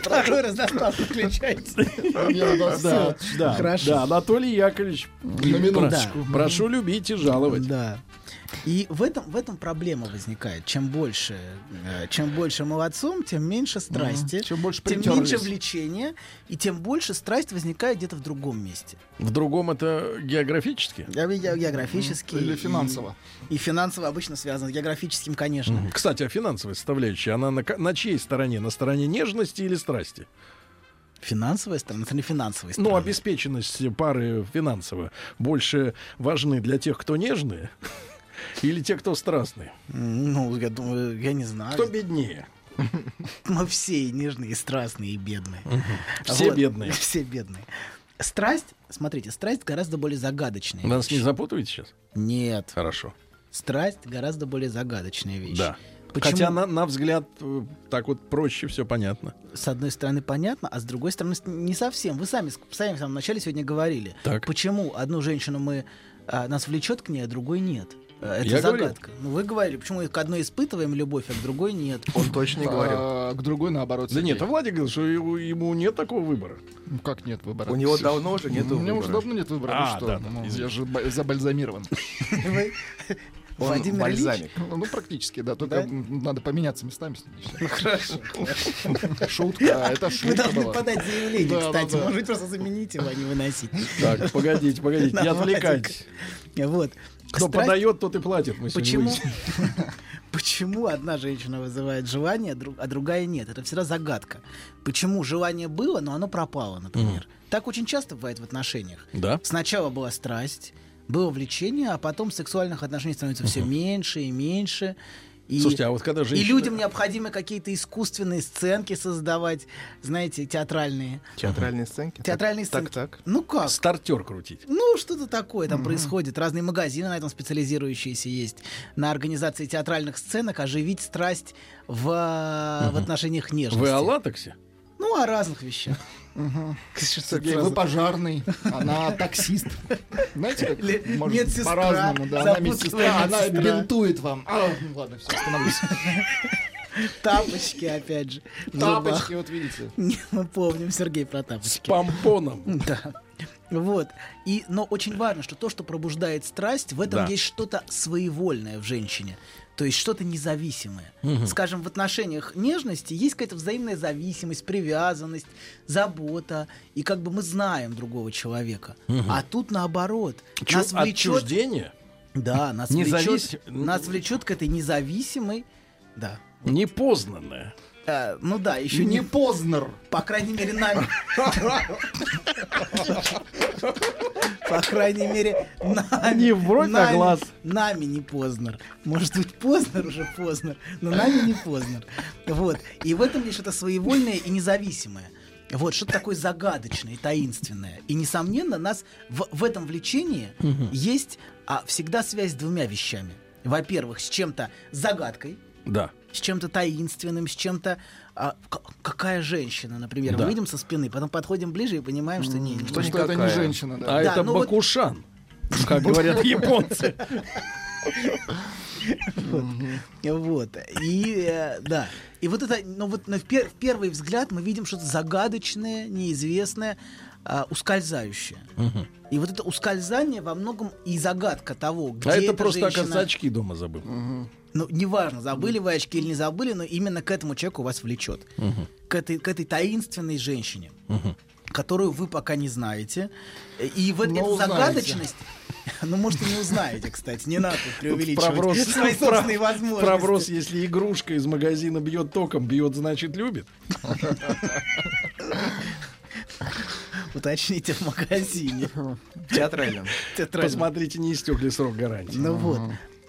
[SPEAKER 8] Второй раз достал, включайте.
[SPEAKER 6] Ну,
[SPEAKER 5] Да, да,
[SPEAKER 8] Хорошо.
[SPEAKER 5] да, Анатолий Яковлевич,
[SPEAKER 8] На минуточку.
[SPEAKER 5] про- прошу любить и жаловать.
[SPEAKER 8] Да. И в этом, в этом проблема возникает. Чем больше, э, чем больше молодцом, тем меньше страсти,
[SPEAKER 6] Чем больше
[SPEAKER 8] тем
[SPEAKER 6] притерлись.
[SPEAKER 8] меньше влечения, и тем больше страсть возникает где-то в другом месте.
[SPEAKER 5] В другом это географически?
[SPEAKER 8] Я бы- я- Географически.
[SPEAKER 6] Или
[SPEAKER 8] и-
[SPEAKER 6] финансово.
[SPEAKER 8] И, финансово обычно связано с географическим, конечно.
[SPEAKER 5] Мгм. Кстати, а финансовая составляющая, она на, ка- на чьей стороне? На стороне нежности или страсти?
[SPEAKER 8] Финансовая сторона, на финансовой
[SPEAKER 5] Ну, обеспеченность пары финансово больше важны для тех, кто нежные, или те, кто страстные?
[SPEAKER 8] М, Ну, я думаю, я не знаю.
[SPEAKER 5] Кто беднее?
[SPEAKER 8] Мы все и нежные, и страстные, и бедные. А
[SPEAKER 5] Все бедные.
[SPEAKER 8] Все бедные. Страсть, смотрите, страсть гораздо более загадочная.
[SPEAKER 5] Нас не
[SPEAKER 8] вещь.
[SPEAKER 5] запутываете сейчас?
[SPEAKER 8] Нет.
[SPEAKER 5] Хорошо.
[SPEAKER 8] Страсть гораздо более загадочная вещь.
[SPEAKER 5] Да.
[SPEAKER 8] Почему?
[SPEAKER 5] Хотя на, на взгляд э, так вот проще все понятно.
[SPEAKER 8] С одной стороны, понятно, а с другой стороны, с- не совсем. Вы сами, с- сами в самом начале сегодня говорили.
[SPEAKER 5] Так.
[SPEAKER 8] Почему одну женщину мы а, нас влечет к ней, а другой нет? Э, Это
[SPEAKER 5] Я говорил?
[SPEAKER 8] загадка. Ну, вы говорили, почему к одной испытываем любовь, а к другой нет. Он
[SPEAKER 7] точно
[SPEAKER 6] А, К другой наоборот.
[SPEAKER 5] Да нет, а
[SPEAKER 6] Сергей.
[SPEAKER 5] Владик говорил, что его- ему нет такого выбора.
[SPEAKER 6] Ну, как нет выбора?
[SPEAKER 7] У него давно уже нету
[SPEAKER 6] У меня
[SPEAKER 7] выбора.
[SPEAKER 6] уже давно нет выбора.
[SPEAKER 5] А,
[SPEAKER 6] Вы что?
[SPEAKER 5] да, да,
[SPEAKER 6] Ну,
[SPEAKER 5] извини.
[SPEAKER 6] я же ба- забальзамирован.
[SPEAKER 7] Он
[SPEAKER 8] Владимир Ильич?
[SPEAKER 7] бальзамик.
[SPEAKER 6] Ну, практически, да. Только
[SPEAKER 8] Да?
[SPEAKER 6] м, надо поменяться местами с ним. и всё.
[SPEAKER 8] Хорошо.
[SPEAKER 6] Шутка, это шутка
[SPEAKER 8] Вы должны
[SPEAKER 6] была.
[SPEAKER 8] подать заявление,
[SPEAKER 6] Да,
[SPEAKER 8] кстати.
[SPEAKER 6] да, да.
[SPEAKER 8] Может быть, просто заменить его, а не выносить.
[SPEAKER 5] Так, погодите, погодите, не
[SPEAKER 8] На Владика.
[SPEAKER 5] отвлекайтесь.
[SPEAKER 8] Вот.
[SPEAKER 5] Кто
[SPEAKER 8] Страсть-
[SPEAKER 5] подает, тот и платит. Мы сегодня
[SPEAKER 8] Почему?
[SPEAKER 5] выяснили.
[SPEAKER 8] Почему одна женщина вызывает желание, а друг- а другая нет? Это всегда загадка. Почему желание было, но оно пропало, например? Так очень часто бывает в отношениях.
[SPEAKER 5] Да.
[SPEAKER 8] Сначала была страсть, было влечение, а потом сексуальных отношений становится все меньше и меньше. И,
[SPEAKER 5] Слушайте, а вот когда
[SPEAKER 8] и
[SPEAKER 5] женщина...
[SPEAKER 8] людям необходимо какие-то искусственные сценки создавать, знаете, театральные.
[SPEAKER 7] Театральные сценки?
[SPEAKER 8] Театральные
[SPEAKER 7] Так,
[SPEAKER 8] сценки.
[SPEAKER 7] так.
[SPEAKER 8] Ну как?
[SPEAKER 5] Стартер крутить.
[SPEAKER 8] Ну, что-то такое там происходит. Разные магазины на этом специализирующиеся есть. На организации театральных сценок оживить страсть в, э, в отношениях нежности.
[SPEAKER 5] Вы о латексе?
[SPEAKER 8] Ну, о разных вещах. Что
[SPEAKER 6] Сергей,
[SPEAKER 8] сразу?
[SPEAKER 6] вы пожарный, она таксист. Знаете, как
[SPEAKER 8] Ле-
[SPEAKER 6] может
[SPEAKER 8] медсестра,
[SPEAKER 6] по-разному, да, она
[SPEAKER 8] запутанная
[SPEAKER 6] медсестра, она
[SPEAKER 8] медсестра.
[SPEAKER 6] бинтует вам. А, ну ладно, все, остановлюсь.
[SPEAKER 8] Тапочки, опять же. в зубах.
[SPEAKER 6] Тапочки, вот видите.
[SPEAKER 8] Не, Мы помним, Сергей, про тапочки.
[SPEAKER 5] Помпоном.
[SPEAKER 8] Да. Вот. И, но очень важно, что то, что пробуждает страсть, в этом
[SPEAKER 5] Да.
[SPEAKER 8] есть что-то своевольное в женщине. То есть что-то независимое.
[SPEAKER 5] Мгм.
[SPEAKER 8] Скажем, в отношениях нежности есть какая-то взаимная зависимость, привязанность, забота. И как бы мы знаем другого человека.
[SPEAKER 5] Мгм.
[SPEAKER 8] А тут наоборот.
[SPEAKER 5] Чу-
[SPEAKER 8] нас влечет...
[SPEAKER 5] Отчуждение?
[SPEAKER 8] Да, нас
[SPEAKER 5] Независ-
[SPEAKER 8] влечет... Нас влечет к этой независимой... Да.
[SPEAKER 5] Непознанное.
[SPEAKER 8] Э, ну да, еще не,
[SPEAKER 6] Познер.
[SPEAKER 8] По крайней мере, нами. По крайней мере, нами.
[SPEAKER 5] Не врозь, а
[SPEAKER 8] нами-
[SPEAKER 5] глаз.
[SPEAKER 8] Нами не Познер. Может быть, Познер уже Познер, но нами не Познер. Вот. И в этом лишь это своевольное и независимое. Вот, что-то такое загадочное и таинственное. И, несомненно, нас в, в этом влечении
[SPEAKER 15] Мгм.
[SPEAKER 8] есть а, всегда связь с двумя вещами. Во-первых, с чем-то загадкой,
[SPEAKER 5] Да.
[SPEAKER 8] с чем-то таинственным, с чем-то... а, к- какая женщина, например?
[SPEAKER 5] Да.
[SPEAKER 8] Мы видим со спины, потом подходим ближе и понимаем, что не...
[SPEAKER 6] что Что Ну, это не какая. женщина, да.
[SPEAKER 5] А это
[SPEAKER 8] ну вот-
[SPEAKER 5] бакушан, как говорят японцы.
[SPEAKER 8] Вот. Вот. И э, да. И вот это, ну вот на в пер- в первый взгляд мы видим что-то загадочное, неизвестное, а, ускользающее. И вот это ускользание во многом и загадка того, где
[SPEAKER 5] А это
[SPEAKER 8] эта
[SPEAKER 5] просто, оказывается,
[SPEAKER 8] женщина...
[SPEAKER 5] очки дома забыл.
[SPEAKER 8] Ну, неважно, забыли вы очки или не забыли, но именно к этому человеку вас влечет.
[SPEAKER 5] Мгм.
[SPEAKER 8] К этой, к этой таинственной женщине,
[SPEAKER 5] Мгм.
[SPEAKER 8] которую вы пока не знаете. И вот
[SPEAKER 6] Но
[SPEAKER 8] эта
[SPEAKER 6] узнаете.
[SPEAKER 8] загадочность... Ну, может, и не узнаете, кстати, не надо преувеличивать
[SPEAKER 5] Проброс-
[SPEAKER 8] свои
[SPEAKER 5] про-
[SPEAKER 8] собственные возможности.
[SPEAKER 5] Проброс, если игрушка из магазина бьет током, бьет, значит, любит.
[SPEAKER 8] Уточните в магазине.
[SPEAKER 7] Театрально.
[SPEAKER 8] Театрально.
[SPEAKER 5] Посмотрите, не истек ли срок гарантии.
[SPEAKER 8] Ну вот.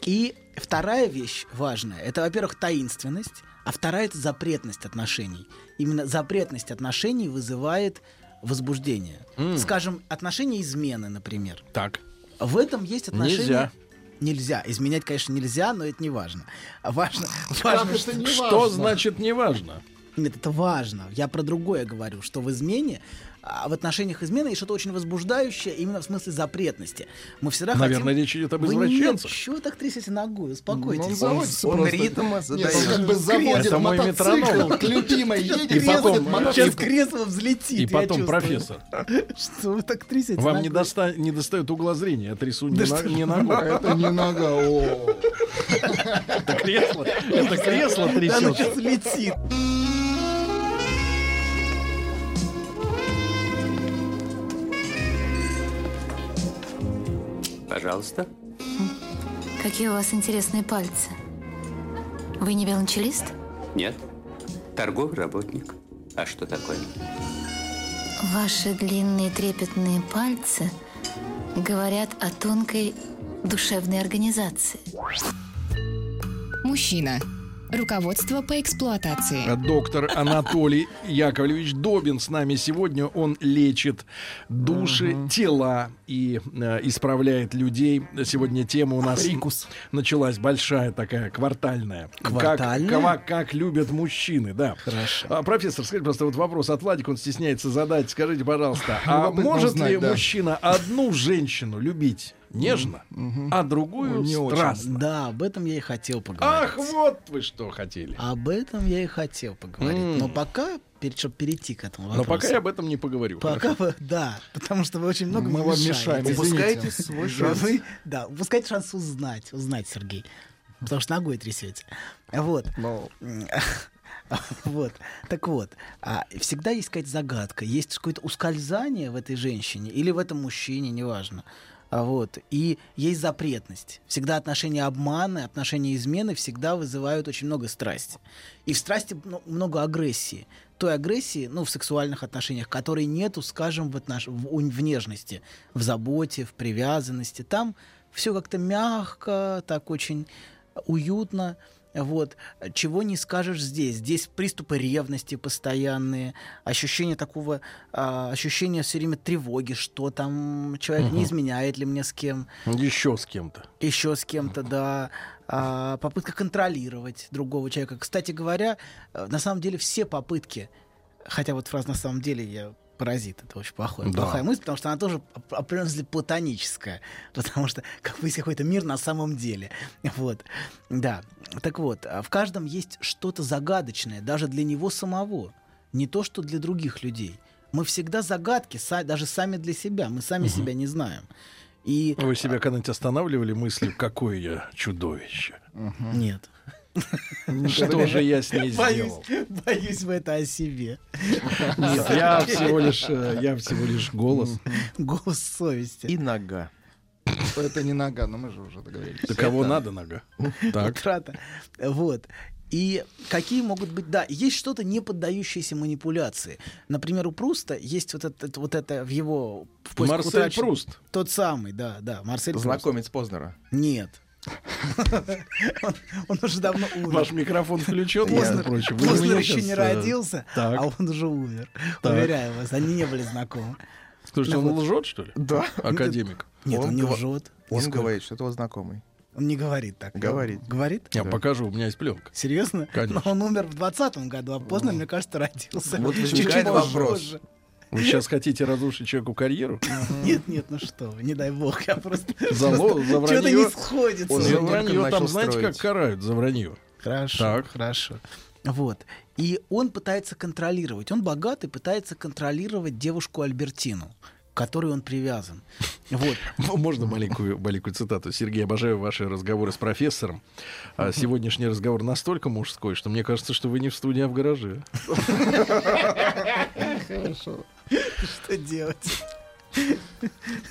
[SPEAKER 8] И вторая вещь важная, это, во-первых, таинственность, а вторая это запретность отношений. Именно запретность отношений вызывает возбуждение.
[SPEAKER 5] М.
[SPEAKER 8] Скажем, отношения измены, например.
[SPEAKER 5] Так.
[SPEAKER 8] В этом есть отношения.
[SPEAKER 5] Нельзя.
[SPEAKER 8] Нельзя. Изменять, конечно, нельзя, но это не важно. А Важно,
[SPEAKER 5] Как
[SPEAKER 8] важно
[SPEAKER 5] это не Что важно? значит не важно?
[SPEAKER 8] Нет, это важно. Я про другое говорю, что в измене, а, в отношениях измены есть что-то очень возбуждающее, именно в смысле запретности. Мы всегда
[SPEAKER 5] Наверное,
[SPEAKER 8] хотим...
[SPEAKER 5] речь идет об
[SPEAKER 8] Вы нет,
[SPEAKER 5] извращенцах.
[SPEAKER 8] чего так трясете ногой? Успокойтесь.
[SPEAKER 6] Ну, он заводится
[SPEAKER 8] Он- он
[SPEAKER 6] просто.
[SPEAKER 8] ритм
[SPEAKER 6] Нет,
[SPEAKER 8] задает.
[SPEAKER 6] он как бы заводит
[SPEAKER 5] Это мой
[SPEAKER 6] мотоцикл
[SPEAKER 5] метроном.
[SPEAKER 6] к любимой,
[SPEAKER 8] Сейчас
[SPEAKER 6] едет,
[SPEAKER 5] И потом,
[SPEAKER 8] кресло-
[SPEAKER 5] э,
[SPEAKER 8] сейчас
[SPEAKER 5] честно.
[SPEAKER 8] кресло взлетит,
[SPEAKER 5] И
[SPEAKER 8] я
[SPEAKER 5] потом,
[SPEAKER 8] чувствую.
[SPEAKER 5] профессор.
[SPEAKER 8] Что вы так трясете
[SPEAKER 5] Вам
[SPEAKER 8] ногой?
[SPEAKER 5] не, доста- не достает угла зрения, я трясу
[SPEAKER 8] Да
[SPEAKER 5] не, на-
[SPEAKER 8] что ж.
[SPEAKER 5] не ногой.
[SPEAKER 8] Это
[SPEAKER 6] не нога,
[SPEAKER 5] Это кресло, это кресло
[SPEAKER 8] Да, ну, оно сейчас
[SPEAKER 5] трясет.
[SPEAKER 8] летит.
[SPEAKER 2] Пожалуйста.
[SPEAKER 3] Какие у вас интересные пальцы. Вы не велончелист?
[SPEAKER 2] Нет. Торговый работник. А что такое?
[SPEAKER 3] Ваши длинные трепетные пальцы говорят о тонкой душевной организации.
[SPEAKER 4] Мужчина. Руководство по эксплуатации.
[SPEAKER 5] Доктор Анатолий Яковлевич Добин с нами сегодня. Он лечит души, тела и э, исправляет людей. Сегодня тема у нас началась большая такая квартальная. Как-
[SPEAKER 8] Квартальная?
[SPEAKER 5] кова- Как, любят мужчины, да. А, профессор, скажите, просто вот вопрос от Владика, он стесняется задать. Скажите, пожалуйста,
[SPEAKER 8] Ну,
[SPEAKER 5] а
[SPEAKER 6] Любопытно
[SPEAKER 5] может ли
[SPEAKER 6] узнать, да.
[SPEAKER 5] мужчина одну женщину любить нежно, а другую
[SPEAKER 8] Не очень.
[SPEAKER 5] страстно?
[SPEAKER 8] Да, об этом я и хотел поговорить.
[SPEAKER 5] Ах, вот вы что хотели.
[SPEAKER 8] Об этом я и хотел поговорить.
[SPEAKER 5] М.
[SPEAKER 8] Но пока, чтобы перейти к этому
[SPEAKER 5] Но
[SPEAKER 8] вопросу.
[SPEAKER 5] пока я об этом не поговорю.
[SPEAKER 8] Пока вы, да, потому что вы очень много
[SPEAKER 6] Мы
[SPEAKER 8] мне
[SPEAKER 6] вам мешаем,
[SPEAKER 8] мешаете.
[SPEAKER 6] извините. Упускаете свой шанс.
[SPEAKER 8] Вы, да, упускаете шанс узнать, узнать, Сергей. Потому что ногой трясете. Вот. Вот. Так вот, а, всегда есть какая-то загадка, есть какое-то ускользание в этой женщине или в этом мужчине, неважно. А, Вот. И есть запретность. Всегда отношения обмана, отношения измены всегда вызывают очень много страсти. И в страсти мно- много агрессии. Той агрессии, ну, в сексуальных отношениях, которой нету, скажем, в, отнош- в, у- в нежности, в заботе, в привязанности. Там все как-то мягко, так очень уютно. Вот, чего не скажешь здесь. Здесь приступы ревности постоянные, ощущение такого, а, ощущение все время тревоги, что там человек не
[SPEAKER 5] Мгм.
[SPEAKER 8] изменяет ли мне с кем,
[SPEAKER 5] Еще с кем-то.
[SPEAKER 8] еще с кем-то, да. А, попытка контролировать другого человека. Кстати говоря, э, на самом деле все попытки, хотя вот фраза на самом деле я паразит, это очень плохое,
[SPEAKER 15] Да.
[SPEAKER 8] плохая мысль, потому что она тоже оп- определенно смысле платоническая, потому что как бы есть какой-то мир на самом деле. Вот, да. Так вот, а в каждом есть что-то загадочное, даже для него самого, не то, что для других людей. Мы всегда загадки, са- даже сами для себя, мы сами себя не знаем. И
[SPEAKER 5] Вы себя когда-нибудь останавливали мыслью, какое я чудовище?
[SPEAKER 8] Нет.
[SPEAKER 5] Что же я с ней
[SPEAKER 8] боюсь,
[SPEAKER 5] сделал?
[SPEAKER 8] боюсь в это о себе.
[SPEAKER 5] Нет, я всего лишь, э, я всего лишь голос.
[SPEAKER 8] Голос совести.
[SPEAKER 7] И нога.
[SPEAKER 6] Это не нога, но мы же уже договорились.
[SPEAKER 5] Да кого надо нога? Так.
[SPEAKER 8] Утрата. Вот. И какие могут быть, да, есть что-то не поддающееся манипуляции. Например, у Пруста есть вот это, вот это в его... В поисках
[SPEAKER 5] Марсель
[SPEAKER 8] утрачен-
[SPEAKER 5] Пруст.
[SPEAKER 8] Тот самый, да, да, Марсель Пруст.
[SPEAKER 7] Знакомец Познера.
[SPEAKER 8] Нет. Он- Он уже давно умер.
[SPEAKER 5] Ваш микрофон включен, между
[SPEAKER 8] Познер
[SPEAKER 5] прочим. Вы
[SPEAKER 8] Познер
[SPEAKER 5] меня
[SPEAKER 8] еще
[SPEAKER 5] щас,
[SPEAKER 8] не
[SPEAKER 5] э,
[SPEAKER 8] родился,
[SPEAKER 5] так.
[SPEAKER 8] а он уже умер.
[SPEAKER 5] Так.
[SPEAKER 8] Уверяю вас, они не были знакомы.
[SPEAKER 5] Слушайте,
[SPEAKER 8] Ну
[SPEAKER 5] он
[SPEAKER 8] вот.
[SPEAKER 5] лжет, что ли?
[SPEAKER 7] Да.
[SPEAKER 5] Академик.
[SPEAKER 8] Нет, он не
[SPEAKER 7] гова-
[SPEAKER 8] лжет.
[SPEAKER 7] Он
[SPEAKER 8] Сколько?
[SPEAKER 7] говорит, что это его знакомый.
[SPEAKER 8] Он не говорит так.
[SPEAKER 7] Говорит.
[SPEAKER 8] Говорит?
[SPEAKER 5] Я покажу, у меня есть пленка.
[SPEAKER 8] Серьезно?
[SPEAKER 5] Конечно.
[SPEAKER 8] Но он умер в 20 году, а Познер, мне кажется, родился.
[SPEAKER 7] Вот
[SPEAKER 8] чуть-чуть
[SPEAKER 7] возникает вопрос.
[SPEAKER 8] позже.
[SPEAKER 5] Вы сейчас хотите разрушить человеку карьеру?
[SPEAKER 8] Нет, нет, ну что вы, не дай бог, я просто...
[SPEAKER 5] За, ло- за вранье.
[SPEAKER 8] Что-то не сходится.
[SPEAKER 5] за вранье там, знаете, как карают за вранье?
[SPEAKER 8] Хорошо,
[SPEAKER 5] Так.
[SPEAKER 8] хорошо. Вот. И он пытается контролировать. Он богат и пытается контролировать девушку Альбертину, к которой он привязан. Вот.
[SPEAKER 5] Ну, Можно маленькую, маленькую цитату? Сергей, обожаю ваши разговоры с профессором. А сегодняшний разговор настолько мужской, что мне кажется, что вы не в студии, а в гараже.
[SPEAKER 8] Хорошо. Что делать?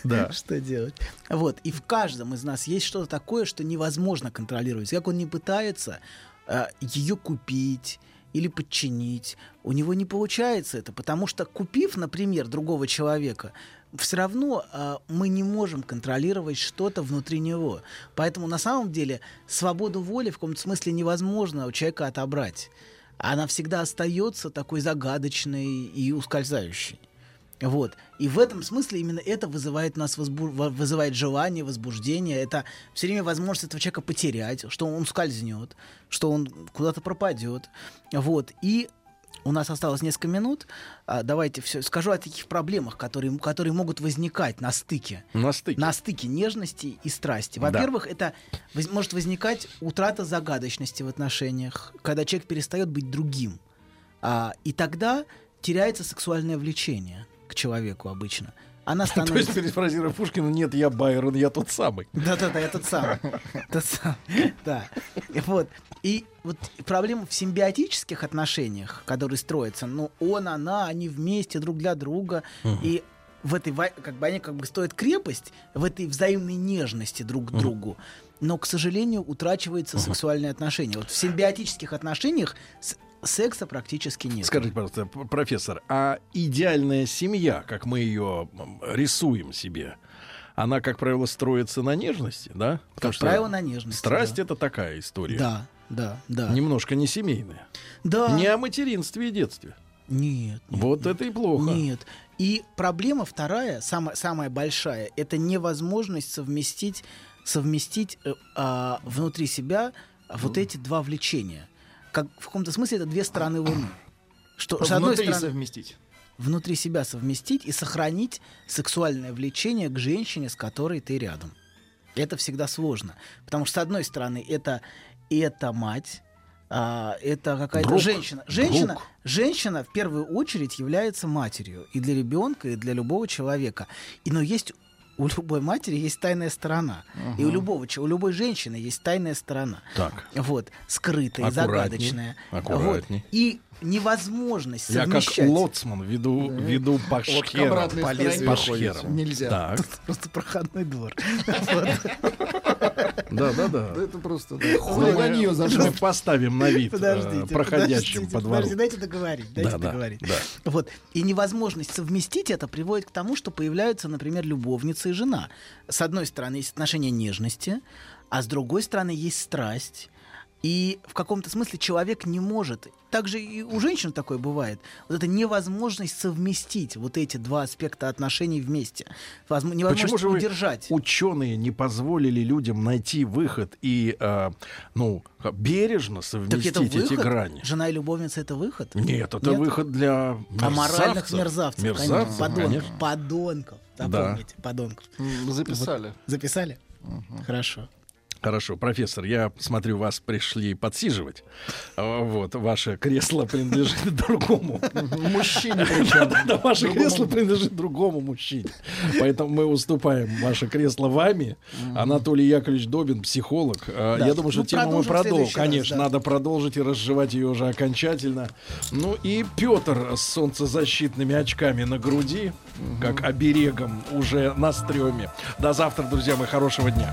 [SPEAKER 5] Да.
[SPEAKER 8] Что делать? Вот. И в каждом из нас есть что-то такое, что невозможно контролировать. Как он не пытается э, ее купить или подчинить, у него не получается это, потому что купив, например, другого человека, все равно э, мы не можем контролировать что-то внутри него. Поэтому на самом деле свободу воли в каком-то смысле невозможно у человека отобрать. Она всегда остается такой загадочной и ускользающей. Вот. И в этом смысле именно это вызывает у нас возбу- во- вызывает желание, возбуждение. Это все время возможность этого человека потерять, что он скользнет, что он куда-то пропадет. Вот. И у нас осталось несколько минут. А, Давайте все скажу о таких проблемах, которые, м- которые могут возникать на стыке.
[SPEAKER 5] На стыке.
[SPEAKER 8] На стыке нежности и страсти.
[SPEAKER 5] Да.
[SPEAKER 8] Во-первых, это воз- может возникать утрата загадочности в отношениях, когда человек перестает быть другим. А, и тогда теряется сексуальное влечение к человеку обычно. Она
[SPEAKER 5] То есть,
[SPEAKER 8] становится...
[SPEAKER 5] перефразируя Пушкина, нет, я Байрон, я тот самый.
[SPEAKER 8] Да-да-да, я тот самый. Тот самый. Да. Вот. И вот проблема в симбиотических отношениях, которые строятся, ну, он, она, они вместе друг для друга.
[SPEAKER 15] Мгм.
[SPEAKER 8] И в этой вой- как бы они как бы стоят крепость в этой взаимной нежности друг к другу. Но, к сожалению, утрачиваются сексуальные отношения. Вот в симбиотических отношениях с- секса практически нет.
[SPEAKER 5] Скажите, пожалуйста, п- профессор, а идеальная семья, как мы ее м, рисуем себе, она, как правило, строится на нежности, да? Потому
[SPEAKER 8] Как правило, на нежности,
[SPEAKER 5] Страсть это такая история.
[SPEAKER 8] Да, да, да.
[SPEAKER 5] Немножко не семейная.
[SPEAKER 8] Да.
[SPEAKER 5] Не о материнстве и детстве.
[SPEAKER 8] Нет.
[SPEAKER 5] вот это и плохо.
[SPEAKER 8] Нет. И проблема вторая, самая, самая большая, это невозможность совместить, совместить э, а, внутри себя вот эти два влечения. Как, в каком-то смысле это две стороны Луны. Что, с одной
[SPEAKER 6] Внутри
[SPEAKER 8] стороны,
[SPEAKER 6] совместить.
[SPEAKER 8] внутри себя совместить и сохранить сексуальное влечение к женщине, с которой ты рядом. Это всегда сложно. Потому что, с одной стороны, это, это мать, а, это какая-то
[SPEAKER 5] Друг.
[SPEAKER 8] женщина. Женщина,
[SPEAKER 5] Друг.
[SPEAKER 8] женщина в первую очередь является матерью и для ребенка, и для любого человека. И, но есть у любой матери есть тайная сторона. И у
[SPEAKER 5] Мгм.
[SPEAKER 8] любого, че- у любой женщины есть тайная сторона.
[SPEAKER 5] Так.
[SPEAKER 8] Вот, скрытая,
[SPEAKER 5] Аккуратней,
[SPEAKER 8] загадочная.
[SPEAKER 5] аккуратней.
[SPEAKER 8] Вот. И невозможность
[SPEAKER 5] Я как
[SPEAKER 8] совмещать.
[SPEAKER 5] лоцман веду, веду по
[SPEAKER 8] Вот к
[SPEAKER 5] шхерам.
[SPEAKER 8] обратной
[SPEAKER 5] По
[SPEAKER 8] стороне
[SPEAKER 5] лезвию
[SPEAKER 8] ходите.
[SPEAKER 5] шхерам.
[SPEAKER 6] Нельзя.
[SPEAKER 5] Так.
[SPEAKER 8] Просто проходной двор.
[SPEAKER 5] Да, да, да.
[SPEAKER 6] Да это просто... да.
[SPEAKER 5] Ну, Мы,
[SPEAKER 6] на нее
[SPEAKER 5] мы поставим на вид э,
[SPEAKER 8] Подождите,
[SPEAKER 5] проходящим
[SPEAKER 8] подождите,
[SPEAKER 5] по двору.
[SPEAKER 8] подождите, дайте договорить, дайте
[SPEAKER 5] Да, да,
[SPEAKER 8] договорить.
[SPEAKER 5] да.
[SPEAKER 8] Вот. И невозможность совместить это приводит к тому, что появляются, например, любовница и жена. С одной стороны, есть отношение нежности, а с другой стороны, есть страсть. И в каком-то смысле человек не может. Также и у женщин такое бывает. Вот эта невозможность совместить вот эти два аспекта отношений вместе. Возм- невозможность
[SPEAKER 5] Почему же вы,
[SPEAKER 8] удержать.
[SPEAKER 5] ученые не позволили людям найти выход и, э, ну, х- бережно
[SPEAKER 8] Так
[SPEAKER 5] совместить
[SPEAKER 8] это выход?
[SPEAKER 5] эти грани?
[SPEAKER 8] Жена и любовница это выход?
[SPEAKER 5] Нет, это выход для
[SPEAKER 8] А моральных
[SPEAKER 5] мерзавцев.
[SPEAKER 8] мерзавцев,
[SPEAKER 5] Мерзавцев,
[SPEAKER 8] конечно. Подонков.
[SPEAKER 5] конечно.
[SPEAKER 8] Подонков. Запомните, подонков.
[SPEAKER 6] Записали.
[SPEAKER 8] Вот. Записали? Хорошо.
[SPEAKER 5] Хорошо, профессор, я смотрю, вас пришли подсиживать. А, Вот, ваше кресло принадлежит другому.
[SPEAKER 6] Мужчине причем.
[SPEAKER 5] Да-да-да, ваше
[SPEAKER 6] Другому.
[SPEAKER 5] кресло принадлежит другому мужчине. Поэтому мы уступаем ваше кресло вами. Анатолий Яковлевич Добин, психолог. А,
[SPEAKER 8] Да.
[SPEAKER 5] Я думаю, что
[SPEAKER 8] Ну,
[SPEAKER 5] тему мы
[SPEAKER 8] продолжим в
[SPEAKER 5] продолжим.
[SPEAKER 8] следующий раз,
[SPEAKER 5] Конечно,
[SPEAKER 8] да.
[SPEAKER 5] надо продолжить и разжевать ее уже окончательно. Ну и Петр с солнцезащитными очками на груди, как оберегом уже на стреме. До завтра, друзья мои, хорошего дня.